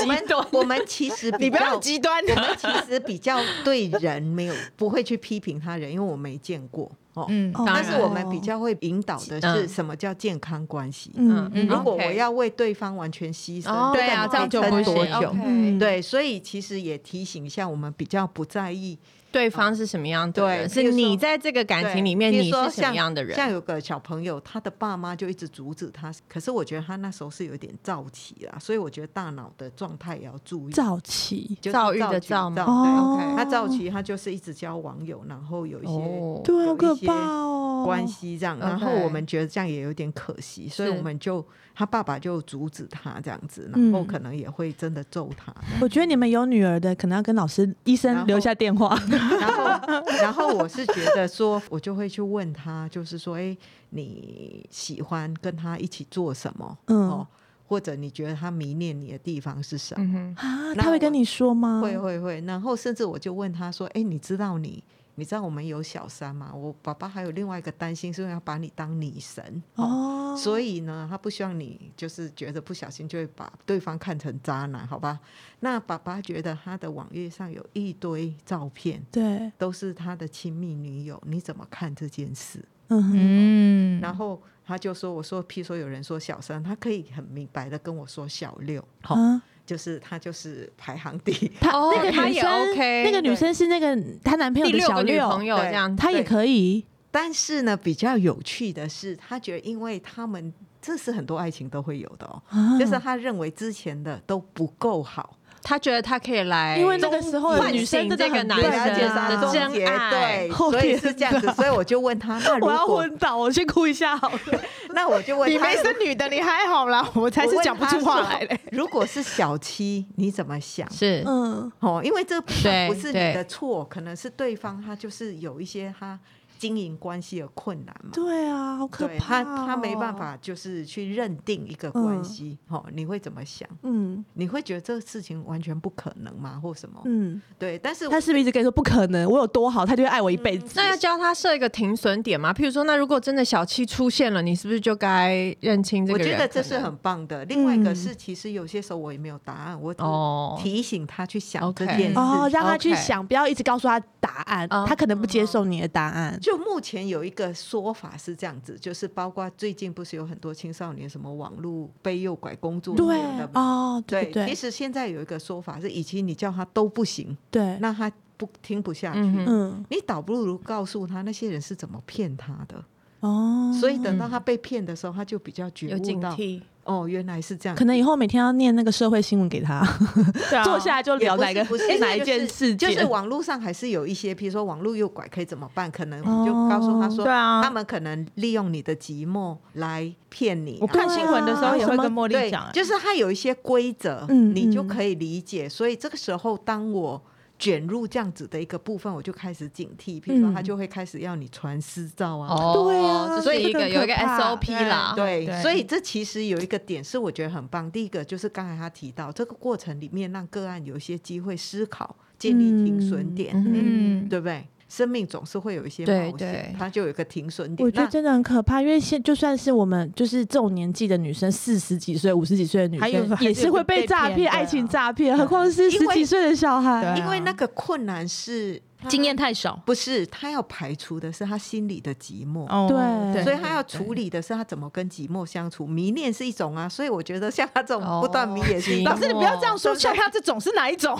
我们极端我们其 实比你不要较有，极端，我们其实比较对人没有不会去批评他人，因为我没见过哦。嗯，哦但是我们比，较会引导的是嗯什么叫健康关系。嗯嗯如果我 OK 要为对方完全牺哦牲，对啊这个这样就能不撑多行久？嗯对，所以其实也提醒一下，我们比较不在意对方是什么样的人，对是譬如说你在这个感情里面对你比如说是什么样的人像？像有个小朋友，他的爸妈就一直阻止他，可是我觉得他那时候是有点躁起啦，所以我觉得大脑的状态也要注意。早期就是躁郁的起躁吗对哦他躁起，他就是一直交网友，然后有一些哦，对啊，有好一可些怕哦，关系这样，然后 OK 我们觉得这样也有点可惜，所以是我们就他爸爸就阻止他这样子，然后嗯可能也会真的揍他。我觉得你们有女儿的，可能要跟老师、医然生后留下电话。然后，然后我是觉得说，我就会去问他，就是说，哎、你喜欢跟他一起做什么？嗯哦，或者你觉得他迷恋你的地方是什么？嗯哼，啊，那他会我跟你说吗？会会会。然后甚至我就问他说，哎、你知道你？你知道我们有小三吗？我爸爸还有另外一个担心，是因为要把你当女神哦，哦，所以呢，他不希望你就是觉得不小心就会把对方看成渣男，好吧？那爸爸觉得他的网页上有一堆照片，对，都是他的亲密女友，你怎么看这件事？嗯哼， 嗯，然后他就说：“我说，譬如说有人说小三，他可以很明白的跟我说小六，好、啊，就是他就是排行第他哦那个他女也生， OK，那个女对生是那个她男朋友第的六小个女朋六，友对这样，她也对可以。 但是呢，比较有趣的是，他觉得因为他们这是很多爱情都会有的哦，嗯啊就是他认为之前的都不够好，他觉得他可以来，因为那个时候的唤女生真醒的这个很男对对，生啊了解啊他的终真结，爱 对，，后所以天是这样子，所以我就问他，那如我要果昏倒，我去哭一下好了。那我就问你他没如果，是女的，你还好啦，我才是我问讲不他出话说来嘞。如果是小七，你怎么想？是嗯，哦，因为这不对不是你对的错，可能是对方他就是有一些他经营关系的困难嘛。对啊，好可对怕他，哦，他没办法，就是去认定一个关系。哦，你会怎么想？嗯。你会觉得这个事情完全不可能吗？或什么？嗯，对，嗯但是他是不是一直跟你说不可能？我有多好，他就会爱我一辈子？那要教他设一个停损点嘛？譬如说，那如果真的小七出现了，你是不是就该认清这我个人？觉得这是很棒的。另外一个嗯是，其实有些时候我也没有答案，我只哦提醒他去想 OK 这件事。哦，让他去 OK 想，不要一直告诉他答案，嗯他可能不接受你的答案。就目前有一个说法是这样子，就是包括最近不是有很多青少年什么网络被诱拐工作什么对的嘛哦，对，其对实现在有一个说法是，以及你叫他都不行，对，那他不听不下去。嗯哼嗯你倒不如告诉他那些人是怎么骗他的，哦，所以等到他被骗的时候，他就比较觉有悟警到，惕，哦，原来是这样。可能以后每天要念那个社会新闻给他，对啊坐下来就也聊不哪一是个不 是哪一就是件事就情，是网络上还是有一些，譬如说网络诱拐可以怎么办？可能我们就告诉他说，对啊他们可能利用你的寂寞来骗你。啊我看新闻的时候也会跟茉莉对讲，，啊就是是它有一些规则，嗯你就嗯可以理解。所以这个时候，当我卷入这样子的一个部分，我就开始警惕。比如说，他嗯就会开始要你传私照啊。哦对啊这所是以这一个个很有一个可怕 SOP 啦，对对，所以这其实有一个点是我觉得很棒。第一个就是刚才他提到这个过程里面，让个案有一些机会思考，建立停损点，嗯哼嗯，对不对？生命总是会有一些对冒险对，它就有一个停损点。我觉得那真的很可怕，因为现就算是我们就是这种年纪的女生，四十几岁、五十几岁的女还有生，还也是是会会被被诈骗对骗、啊爱情诈骗，何况是十因为几岁的小孩。对因为啊那个困难是它经验太少，不是他要排除的是他心里的寂寞。哦对所以他要处理的是他怎么跟寂寞相处，迷恋是一种啊，所以我觉得像他这种不断迷也是一哦种，老师，你不要这样说，对像他这种是哪一种？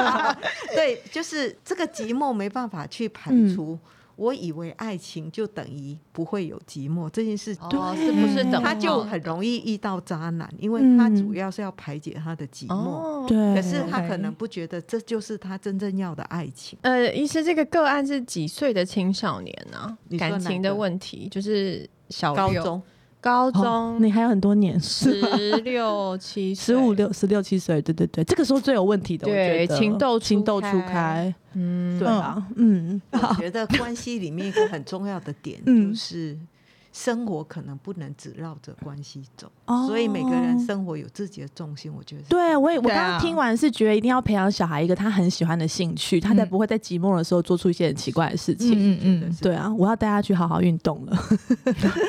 对，就是这个寂寞没办法去排嗯除。我以为爱情就等于不会有寂寞这件事，哦，是不是对哦等他就号很容易遇到渣男，因为嗯他主要是要排解他的寂寞，哦对，啊可是他 OK 可能不觉得这就是他真正要的爱情。呃，医师，这个个案是几岁的青少年呢、你说感情的哪个问题就是小高 六、中高哦中你还有很多年，是吧十六七、十五，六、十六七岁，对对对，这个时候最有问题的，我觉对得情窦初情窦初开开，嗯，对啊，嗯，我觉得关系里面一个很重要的点嗯就是，生活可能不能只绕着关系走，哦所以每个人生活有自己的重心。我觉得是对我也，我对刚啊刚听完是觉得一定要培养小孩一个他很喜欢的兴趣，他才嗯不会在寂寞的时候做出一些很奇怪的事情。嗯真的，是对啊，我要带他去好好运动 了。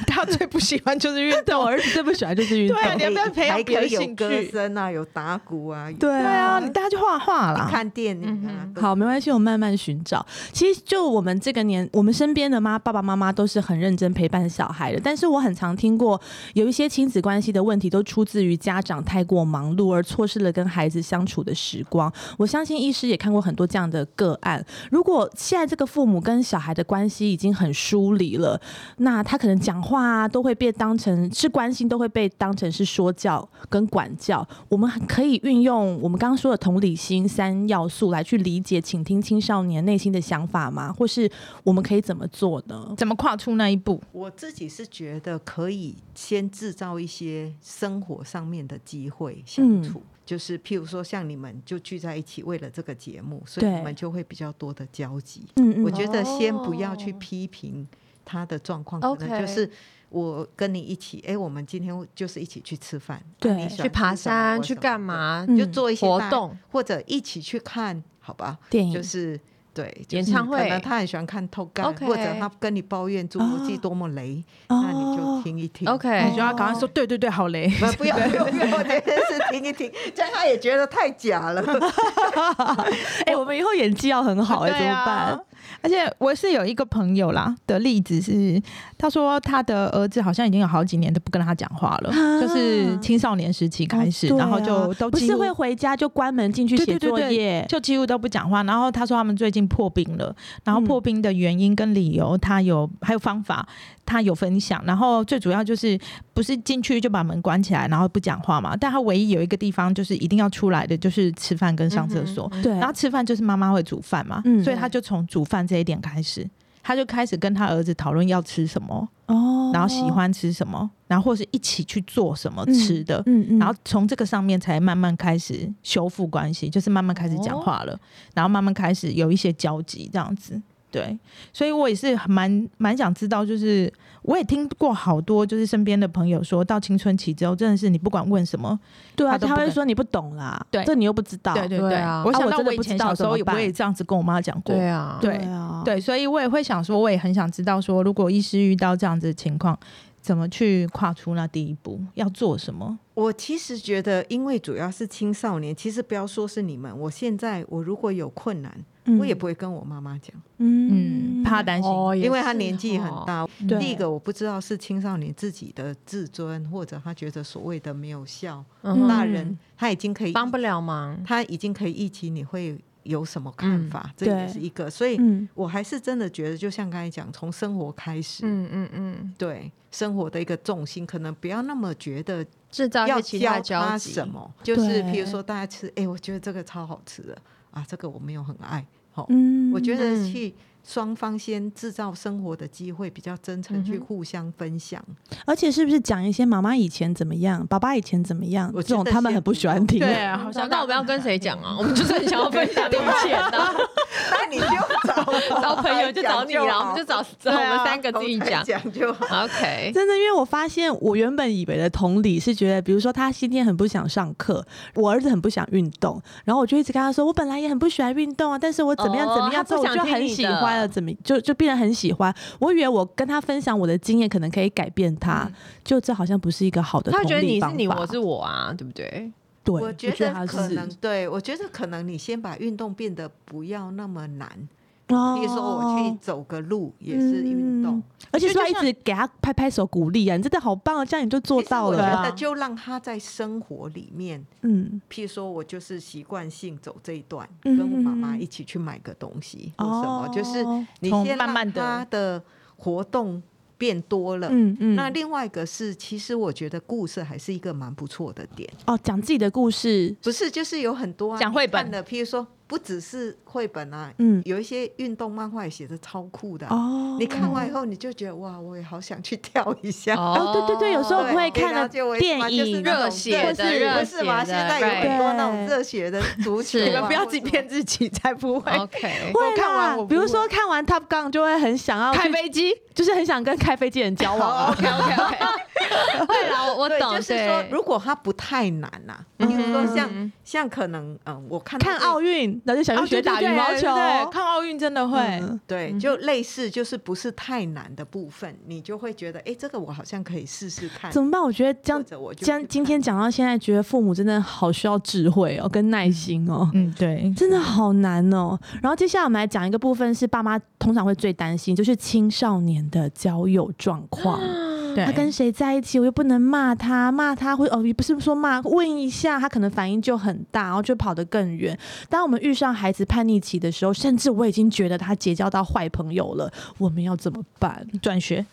他最不喜欢就是运但哦我儿子最不喜欢就是运动。对啊你要不要培养还别可的以有兴歌趣声啊，有打鼓啊，有对对啊，你带他去画画啦。看电影啊。嗯都好，没关系，我慢慢寻找。其实就我们这个年，我们身边的妈爸爸妈妈都是很认真陪伴小孩了，但是我很常听过有一些亲子关系的问题都出自于家长太过忙碌而错失了跟孩子相处的时光。我相信医师也看过很多这样的个案。如果现在这个父母跟小孩的关系已经很疏离了，那他可能讲话啊都会被当成是关心，都会被当成是说教跟管教。我们可以运用我们刚刚说的同理心三要素来去理解、倾听青少年内心的想法吗？或是我们可以怎么做呢？怎么跨出那一步？我自己是觉得可以先制造一些生活上面的机会嗯相处，就是譬如说像你们就聚在一起，为了这个节目，所以对你们就会比较多的交集。嗯嗯，我觉得先不要去哦批评他的状况，可 OK 能就是我跟你一起，哎、我们今天就是一起去吃饭，啊对你喜欢去爬吃什么山我去什么干嘛？对嗯就做一些活大动，或者一起去看，好吧？电影就是对就演是唱可会能他很喜欢看透干 OK 哦或者他跟你抱怨侏罗纪多么雷，那你就听一听。哦 OK 你就要赶快说，对对对，好嘞。不不要不要不要，我觉得是听一听，这样他也觉得太假了。 哎、我们以后演技要很好哎、对怎么啊办？？而且我是有一个朋友啦的例子是，他说他的儿子好像已经有好几年都不跟他讲话了，啊就是青少年时期开始，哦对然后啊就都不几是乎会回家就关门进去对写对对作对业，就几乎都不讲话。然后他说他们最近破冰了，然后破冰的原因跟理由，他有还有方法，他有分享。然后最主要就是不是进去就把门关起来，然后不讲话嘛。但他唯一有一个地方就是一定要出来的，就是吃饭跟上厕嗯所。对，然后吃饭就是妈妈会煮饭嘛，嗯所以他就从煮饭这一点开始，他就开始跟他儿子讨论要吃什么，哦然后喜欢吃什么，然后或是一起去做什么嗯吃的，嗯嗯，然后从这个上面才慢慢开始修复关系，就是慢慢开始讲话了，然后慢慢开始有一些交集这样子。对，所以我也是蛮蛮想知道，就是我也听过好多，就是身边的朋友说到青春期之后，真的是你不管问什么，对啊，他都他不会敢说你不懂啦，对这你又不知道，对啊我啊想我到真的我以不知前道小时怎候么也办我也这样子跟我妈讲过，对啊，对啊，对，所以我也会想说，我也很想知道说，如果医师遇到这样子的情况，怎么去跨出那第一步，要做什么？我其实觉得，因为主要是青少年，其实不要说是你们，我现在我如果有困难，嗯我也不会跟我妈妈讲，嗯嗯，怕担心，哦，因为她年纪很大。对第一个，我不知道是青少年自己的自尊，或者他觉得所谓的没有效，嗯大人他已经可以帮不了忙。他已经可以预期你会有什么看法，嗯这对也是一个。所以嗯我还是真的觉得，就像刚才讲，从生活开始，嗯嗯嗯，对生活的一个重心，可能不要那么觉得制造一要些其他教交他集什？么，就是对比如说大家吃，哎、我觉得这个超好吃的啊，这个我没有很爱，好、嗯我觉得嗯去。双方先制造生活的机会，比较真诚去嗯哼互相分 享。而且是不是讲一些妈妈以前怎么样，爸爸以前怎么样，我这觉种得他们先很不不喜要欢听。 对啊，好像想嗯到我们要跟谁讲啊？我们就是很想要分 享以前啊，那你就找我 找朋友就找你啦，我们就找找 我们三个自己公开讲。讲就啊好。 OK，真的，因为我发现我原本以为的同理是觉得，比如说他今天很不想上课，我儿子很不想运动，然后我就一直跟他说，我本来也很不喜欢运动啊，但是我怎么样哦怎么样之后，他我不想就很喜欢了，怎么就就变得很喜欢。我以为我跟他分享我的经验，可能可以改变他，就这好像不是一个好的他同会觉得理你方是法。你，我是我啊，对不对？对，我我觉得得他可能是。对，我觉得可能你先把运动变得不要那么难，哦比如说我去走个路也是运动，嗯而且就是要一像直给他拍拍手鼓励啊，你真的好棒啊，这样你就做其实到我了。觉对啊得就让他在生活里面，嗯，譬如说我就是习惯性走这一段，嗯跟我妈妈一起去买个东西或什么，就是哦你从先慢慢让地他的活动变多了。嗯嗯，呃那另外一个是，其实我觉得故事还是一个蛮不错的点。哦，讲自己的故事，不是，就是有很多、啊、讲绘本你看的，譬如说不只是绘本啊，嗯有一些运动漫画也写的超酷的啊、哦，你看完以后你就觉得哇，我也好想去跳一下。哦，对对对，有时候 对会看了了解我意思电吗就是影，那种热血对的热不是不是嘛？血的现在有很多那对种热血的足球啊，是你们不要自己或者骗自己，才不会 OK，会我看完啦我不比如会说看完 Top Gun 就会很想要开去，飞机。就是很想跟开飞机的人交往 啊。 OK OK OK，对啦，我我对，懂，就是对说，如果它不太难呐、比如说像像可能嗯，我看到嗯看这奥运，然后就想去学打羽毛球，对看奥运真的会。嗯对，就类似就是不是太难的部分，你就会觉得哎，这个我好像可以试试看。怎么办？我觉得这样或者我就去将今天讲到现在，觉得父母真的好需要智慧哦，跟耐心哦。嗯，对，真的好难哦。然后接下来我们来讲一个部分是爸妈通常会最担心，就是青少年的交友状况。对啊他跟谁在一起，我又不能骂他，骂他会哦，也不是说骂，问一下，他可能反应就很大，然后就跑得更远。当我们遇上孩子叛逆期的时候，甚至我已经觉得他结交到坏朋友了，我们要怎么办？转学，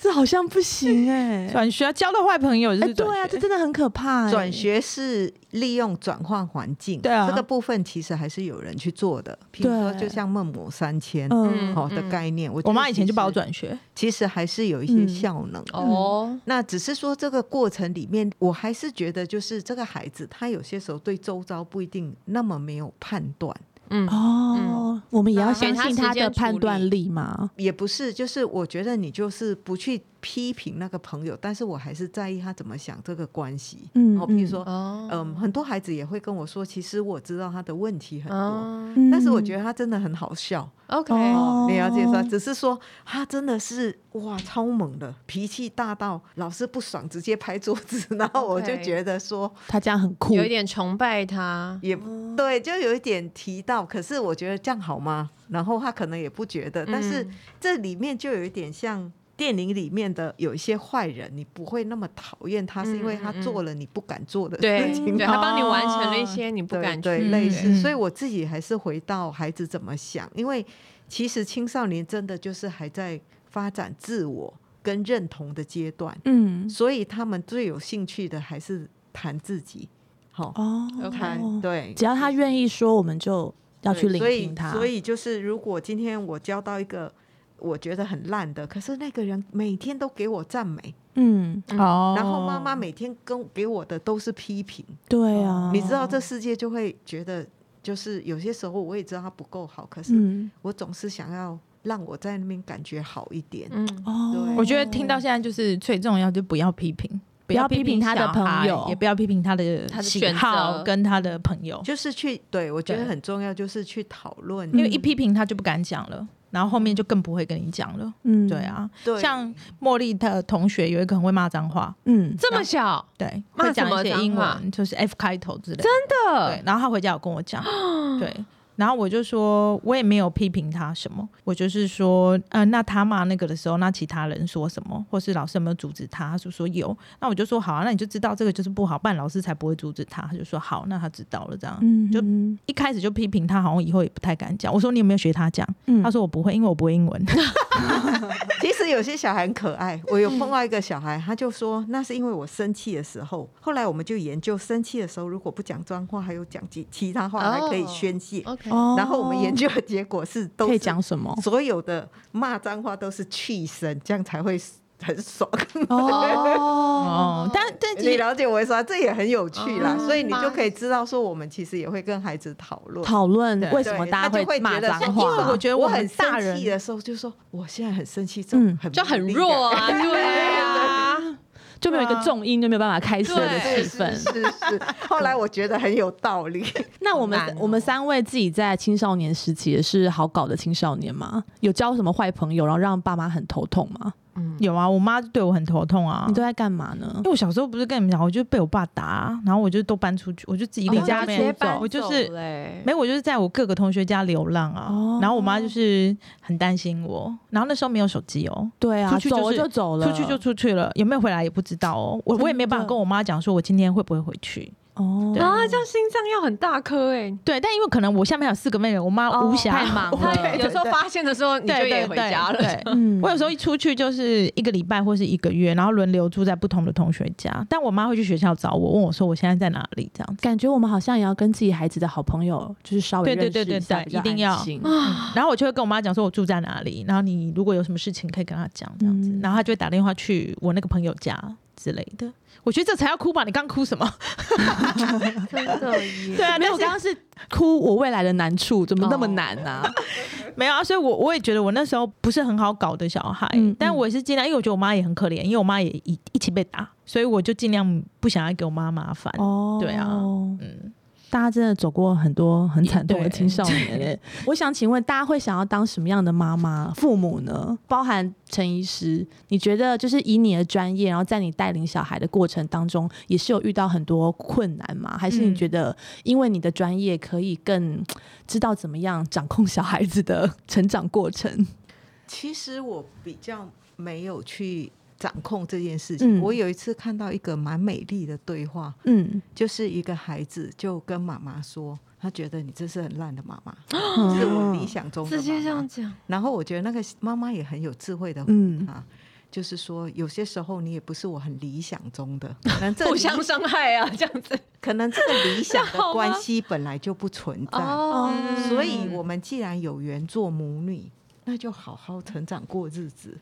这好像不行 哎、转学啊交到坏朋友就哎、是对转学啊，这真的很可怕、哎转学是利用转换环境，对啊这个部分其实还是有人去做的。譬如说，对就像孟母三迁嗯嗯哦的概念，我觉我得妈以前其就把我实，转学，其实还是有一嗯些效能。哦，那只是说这个过程里面，我还是觉得就是这个孩子，他有些时候对周遭不一定那么没有判断，嗯，哦，我们也要相信他的判断力嘛。也不是就是我觉得你就是不去批评那个朋友，但是我还是在意他怎么想这个关系。嗯哦，比如说，哦，嗯，很多孩子也会跟我说，其实我知道他的问题很多，哦嗯但是我觉得他真的很好笑。 ，OK，哦哦，你了解说，只是说他真的是哇，超猛的，脾气大到老师不爽，直接拍桌子。 然后我就 OK 觉得说，他这样很酷，有一点崇拜他，也对，就有一点提到，可是我觉得这样好吗？然后他可能也不觉得，但是嗯这里面就有一点像。电影里面的有一些坏人，你不会那么讨厌他，是因为嗯他嗯嗯做了你不敢做的对事情。对，他帮你完成了一些你不哦对敢对去类的似，所以嗯我自己还是回到孩子怎么想，因为其实青少年真的就是还在发展自我跟认同的阶段，嗯所以他们最有兴趣的还是谈自己，好、哦 OK 谈对，只要他愿意说，我们就要去聆对听他。所以所以就是，如果今天我交到一个我觉得很烂的，可是那个人每天都给我赞美，嗯，嗯哦然后妈妈每天跟给我的都是批评，对啊，你知道这世界就会觉得，就是有些时候我也知道他不够好，可是嗯我总是想要让我在那边感觉好一点。嗯，哦对，我觉得听到现在就是最重要，就不要批评，不要批批评评他的小朋孩友也不要批评他的他的喜选好择跟他的朋友，就是去对我觉得对很重要，就是去讨论，嗯因为一批评他就不敢讲了，然后后面就更不会跟你讲了。嗯对，啊，对像茉莉的同学有一个很会骂脏话，嗯这么小对，骂会讲什么一些脏英话文，就是 F 开头之类的。对的，，然后他回家有跟我讲，对，然后我就说，我也没有批评他什么，我就是说，呃，那他骂那个的时候，那其他人说什么，或是老师有没有阻止他？他就说有，那我就说好啊，那你就知道这个就是不好，不然老师才不会阻止他。他就说好，那他知道了，这样。嗯，就嗯一开始就批评他，好像以后也不太敢讲。我说你有没有学他讲？嗯他说我不会，因为我不会英文。 其实有些小孩很可爱，我有碰到一个小孩，他就说那是因为我生气的时候。后来我们就研究，生气的时候如果不讲脏话，还有讲其其他话，还可以哦宣泄。 OK，哦然后我们研究的结果是，都可以是？讲什么 所有的骂脏话都是气声，这样才会很爽。哦 哦，但但其你实了解我意思啊？这也很有趣啦，哦所以你就可以知道说，我们其实也会跟孩子讨论。讨论 对为什么大家对他就会骂觉得说脏因为话？我觉得我们很大生人气的时候，就说我现在很生气，这嗯很就很无力的弱啊，对啊，就没有一个重音，就没有办法开始我的对气氛。 是 是。后来我觉得很有道理，那我们、好难哦我们三位自己在青少年时期也是好搞的青少年吗？有交什么坏朋友，然后让爸妈很头痛吗？有啊，我妈就对我很头痛啊你。都在干嘛呢因？为我小时候不是跟你们讲，我就被我爸打，啊然后我就都搬出去，我就自己离在家外面出哦直接走搬我就走是嘞没有，我就是在我各个同学家流浪啊。哦然后我妈就是很担心我，然后那时候没有手机哦，对啊，出去就走了是就走了，出去就出去了，有没有回来也不知道哦。我我也没办法跟我妈讲说我今天会不会回去。哦，啊，这样心脏要很大颗哎、对，但因为可能我下面还有四个妹妹，我妈哦无暇、太忙他了对有时候发现的时候，你就对也对回对家了。对 嗯我有时候一出去就是一个礼拜或是一个月，然后轮流住在不同的同学家，但我妈会去学校找我，问我说我现在在哪里这样子。感觉我们好像也要跟自己孩子的好朋友，就是稍微对对认识对对一下，对比较一定安要心嗯然后我就会跟我妈讲说我住在哪里，然后你如果有什么事情可以跟她讲这样子，嗯然后她就会打电话去我那个朋友家之类的。我觉得这才要哭吧，你刚哭什么？ 真的 耶对啊，没有，我刚刚是哭我未来的难处，怎么哦那么难呢、啊？没有啊，所以我我也觉得我那时候不是很好搞的小孩，嗯但我也是尽量，因为我觉得我妈也很可怜，因为我妈也一一起被打，所以我就尽量不想要给我妈麻烦。哦对啊嗯，大家真的走过很多很惨痛的 对青少年嘞。我想请问，大家会想要当什么样的妈妈、父母呢？包含陈医师，你觉得就是以你的专业，然后在你带领小孩的过程当中，也是有遇到很多困难吗？还是你嗯觉得因为你的专业可以更知道怎么样掌控小孩子的成长过程？ 其实我比较没有去掌控这件事情。嗯我有一次看到一个蛮美丽的对话，嗯，就是一个孩子就跟妈妈说，他觉得你真是很烂的妈妈，是是我理想中的直接这妈样妈。讲，然后我觉得那个妈妈也很有智慧的回嗯答，就是说有些时候你也不是我很理想中 的，可能 这互理相伤害啊，这样子。可能这个 理想这样好的吗关系本来就不存在。哦，所以，嗯我们既然有缘做母女，那就好好成长过日子。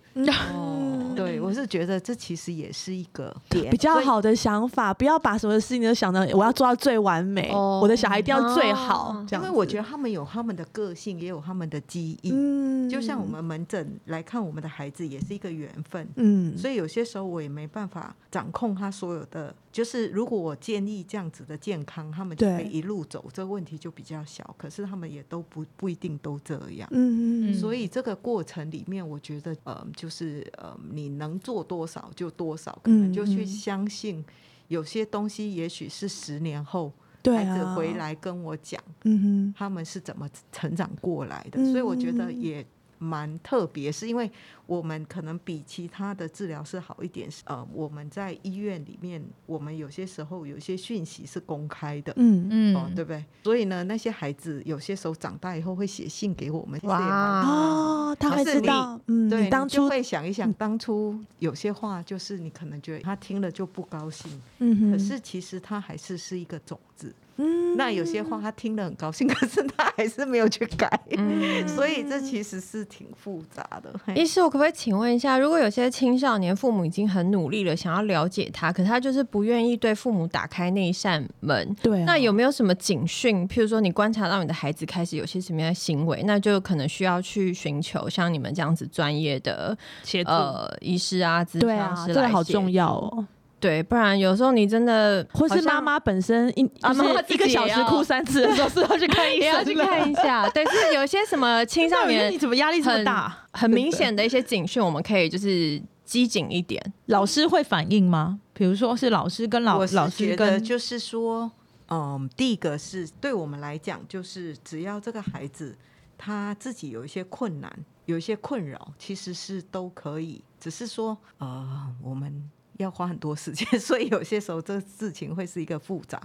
嗯对我是觉得这其实也是一 个点比较所以好的想法，不要把什么事情都想到我要做到最完美，哦我的小孩一定要最好，哦这样因为子。我觉得他们有他们的个性，也有他们的基因。嗯就像我，们门诊来看我们的孩子，也是一个缘分。嗯，所以有些时候我也没办法掌控他所有的，就是如果我建立这样子的健康，他们就对可以一路走，这问题就比较小。可是他们也都不不一定都这样。嗯嗯嗯，所以这个过程里面，我觉得，呃，就是呃，你能做多少就多少，可能嗯就嗯去相信有些东西，也许是十年后、对孩子啊，回，来跟我讲嗯他们是怎么成长过来的，嗯所以我觉得也。蛮特别，是因为我们可能比其他的治疗师好一点。呃，我们在医院里面，我们有些时候有些讯息是公开的，哼，嗯，嗯哦，对不对？所以呢，那些孩子有些时候长大以后会写信给我们，其实也哇蛮哦，他会啊可是知你道，嗯，对，你当你就初，嗯会想一想，当初有些话就是你可能觉得他听了就不高兴，嗯哼可是其实他还是是一个种子。嗯那有些话他听了很高兴， 可是他还是没有去改，嗯所以这其实是挺复杂的。嘿医师，我可不可以请问一下，如果有些青少年父母已经很努力了，想要了解他，可他就是不愿意对父母打开那一扇门，对啊，那有没有什么警讯？譬如说，你观察到你的孩子开始有些什么样的行为，那就可能需要去寻求像你们这样子专业的协助呃医师啊、咨对啊询，师这个来好协重助要。哦，对，不然有时候你真的或好是像妈妈本身一啊就是妈妈自一个己也小时要哭三次的时候是要去看医也生要去看一的。 下。对，是有一些什么青少 那我觉得年你怎么压力这么很大？很明显的一些警讯，我们可以就是机警一点。老师会反应吗？比如说是老师跟老我是老觉师得跟就是说，嗯，第一个是对我们来讲，就是只要这个孩子他自己有一些困难，有一些困扰，其实是都可以，只是说，呃，我们。要花很多时间， 所以有些时候这事情会是一个复杂。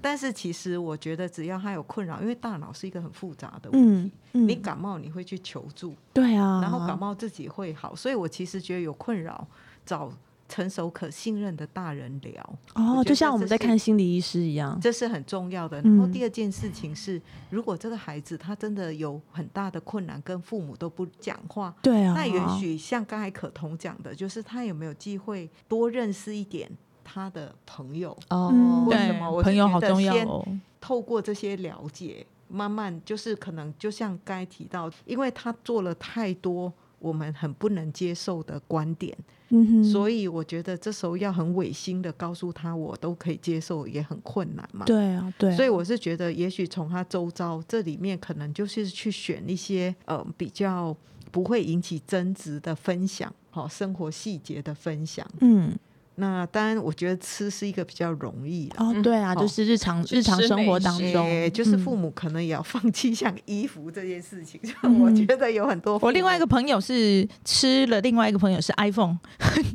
但是其实我觉得，只要他有困扰，因为大脑是一个很复杂的问嗯题。嗯，你感冒你会去求助，对啊，然后感冒自己会好，所以我其实觉得有困扰找成熟可信任的大人聊。哦，我就觉得像我们这在是看心理医师一样，这是很重要的。然后嗯第二件事情是，如果这个孩子他真的有很大的困难，跟父母都不讲话，对啊，那也许像刚才可彤讲的，就是他有没有机会多认识一点他的朋友，哦嗯为对什么我是朋友觉好得重要先哦。透过这些了解，慢慢就是可能就像刚才提到，因为他做了太多。我们很不能接受的观点，嗯哼，所以我觉得这时候要很违心的告诉他，我都可以接受，也很困难嘛。对啊，对啊，所以我是觉得，也许从他周遭这里面，可能就是去选一些呃比较不会引起争执的分享，好、生活细节的分享。嗯，那当然，我觉得吃是一个比较容易的。哦，对啊，好就是日常日常吃生活美当食中，就是嗯父母可能也要放弃像衣服这件事情， 就我觉得有很多父母。嗯我另外一个朋友是吃了，另外一个朋友是 iPhone，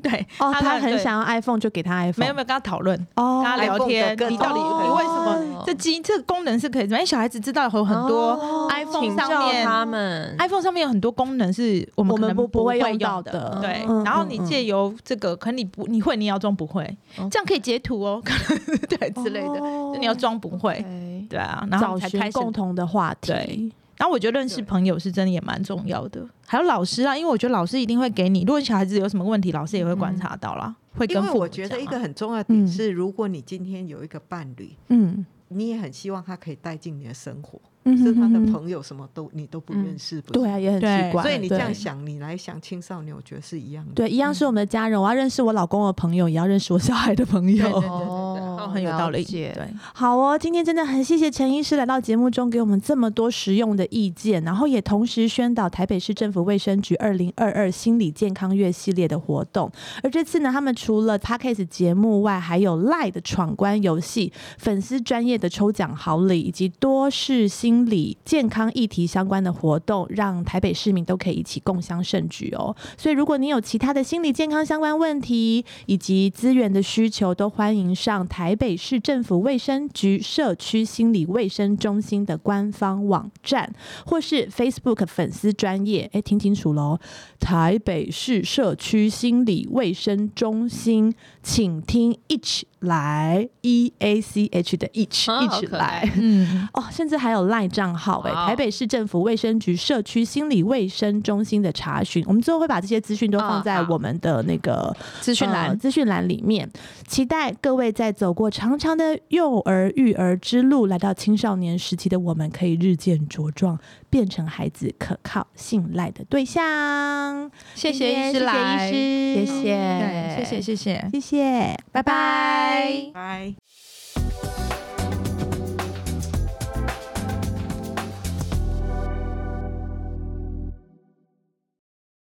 对， 哦，他们很对想要 iPhone 就给他 iPhone，没有没有跟他讨论，有哦，跟他聊 iPhone 天，的更你到底多你为什么哦这基因这个功能是可以怎么样？哎小孩子知道有很多哦 iPhone 请上教面他们哎 iPhone 上面有很多功能是我们我可们能不不会会用到的，的对嗯。然后嗯你嗯借由这个，可能你不你会，你要装不会， OK 这样可以截图哦，可能 对之类的，哦就你要装不会， OK 对啊，然后找你才寻开始共同的话题对，然后我觉得认识朋友是真的也蛮重要的，还有老师啊，因为我觉得老师一定会给你，如果你小孩子有什么问题，老师也会观察到啦，会因跟为父母我觉得讲一啊个很重要的点嗯是，如果你今天有一个伴侣，嗯，你也很希望他可以带进你的生活，嗯是他的哼哼朋友，什么都你都不嗯认识，不是对啊，也很奇对怪，所以你这样对。想，你来想青少年，我觉得是一样的。对，一样是我们的家人。我要认识我老公的朋友，也要认识我小孩的朋友。对对对对对哦哦，很有道理，了解对， 好哦，今天真的很谢谢陈医师来到节目中给我们这么多实用的意见，然后也同时宣导台北市政府卫生局二零二二心理健康月系列的活动。而这次呢，他们除了 podcast 节目外，还有 Live 的闯关游戏、粉丝专业的抽奖好礼，以及多式心理健康议题相关的活动，让台北市民都可以一起共襄盛举哦。所以，如果你有其他的心理健康相关问题以及资源的需求，都欢迎上台北市政府卫生局社区心理卫生中心的官方网站，或是 Facebook 粉丝专业。哎，听清楚喽，台北市社区心理卫生中心，请听 each 来 E A C H 的 each 啊好 each 可来爱。嗯，哦，甚至还有赖账号哎、哇哦台北市政府卫生局社区心理卫生中心的查询，我们最后会把这些资讯都放嗯在好我们的那个资讯呃栏，资讯栏里面。期待各位在走过长长的幼儿育儿之路，来到青少年时期的我们，可以日渐茁壮，变成孩子可靠信赖的对象。谢今天医师来，谢谢医师，谢谢对，谢谢，谢谢，谢谢，拜拜。拜。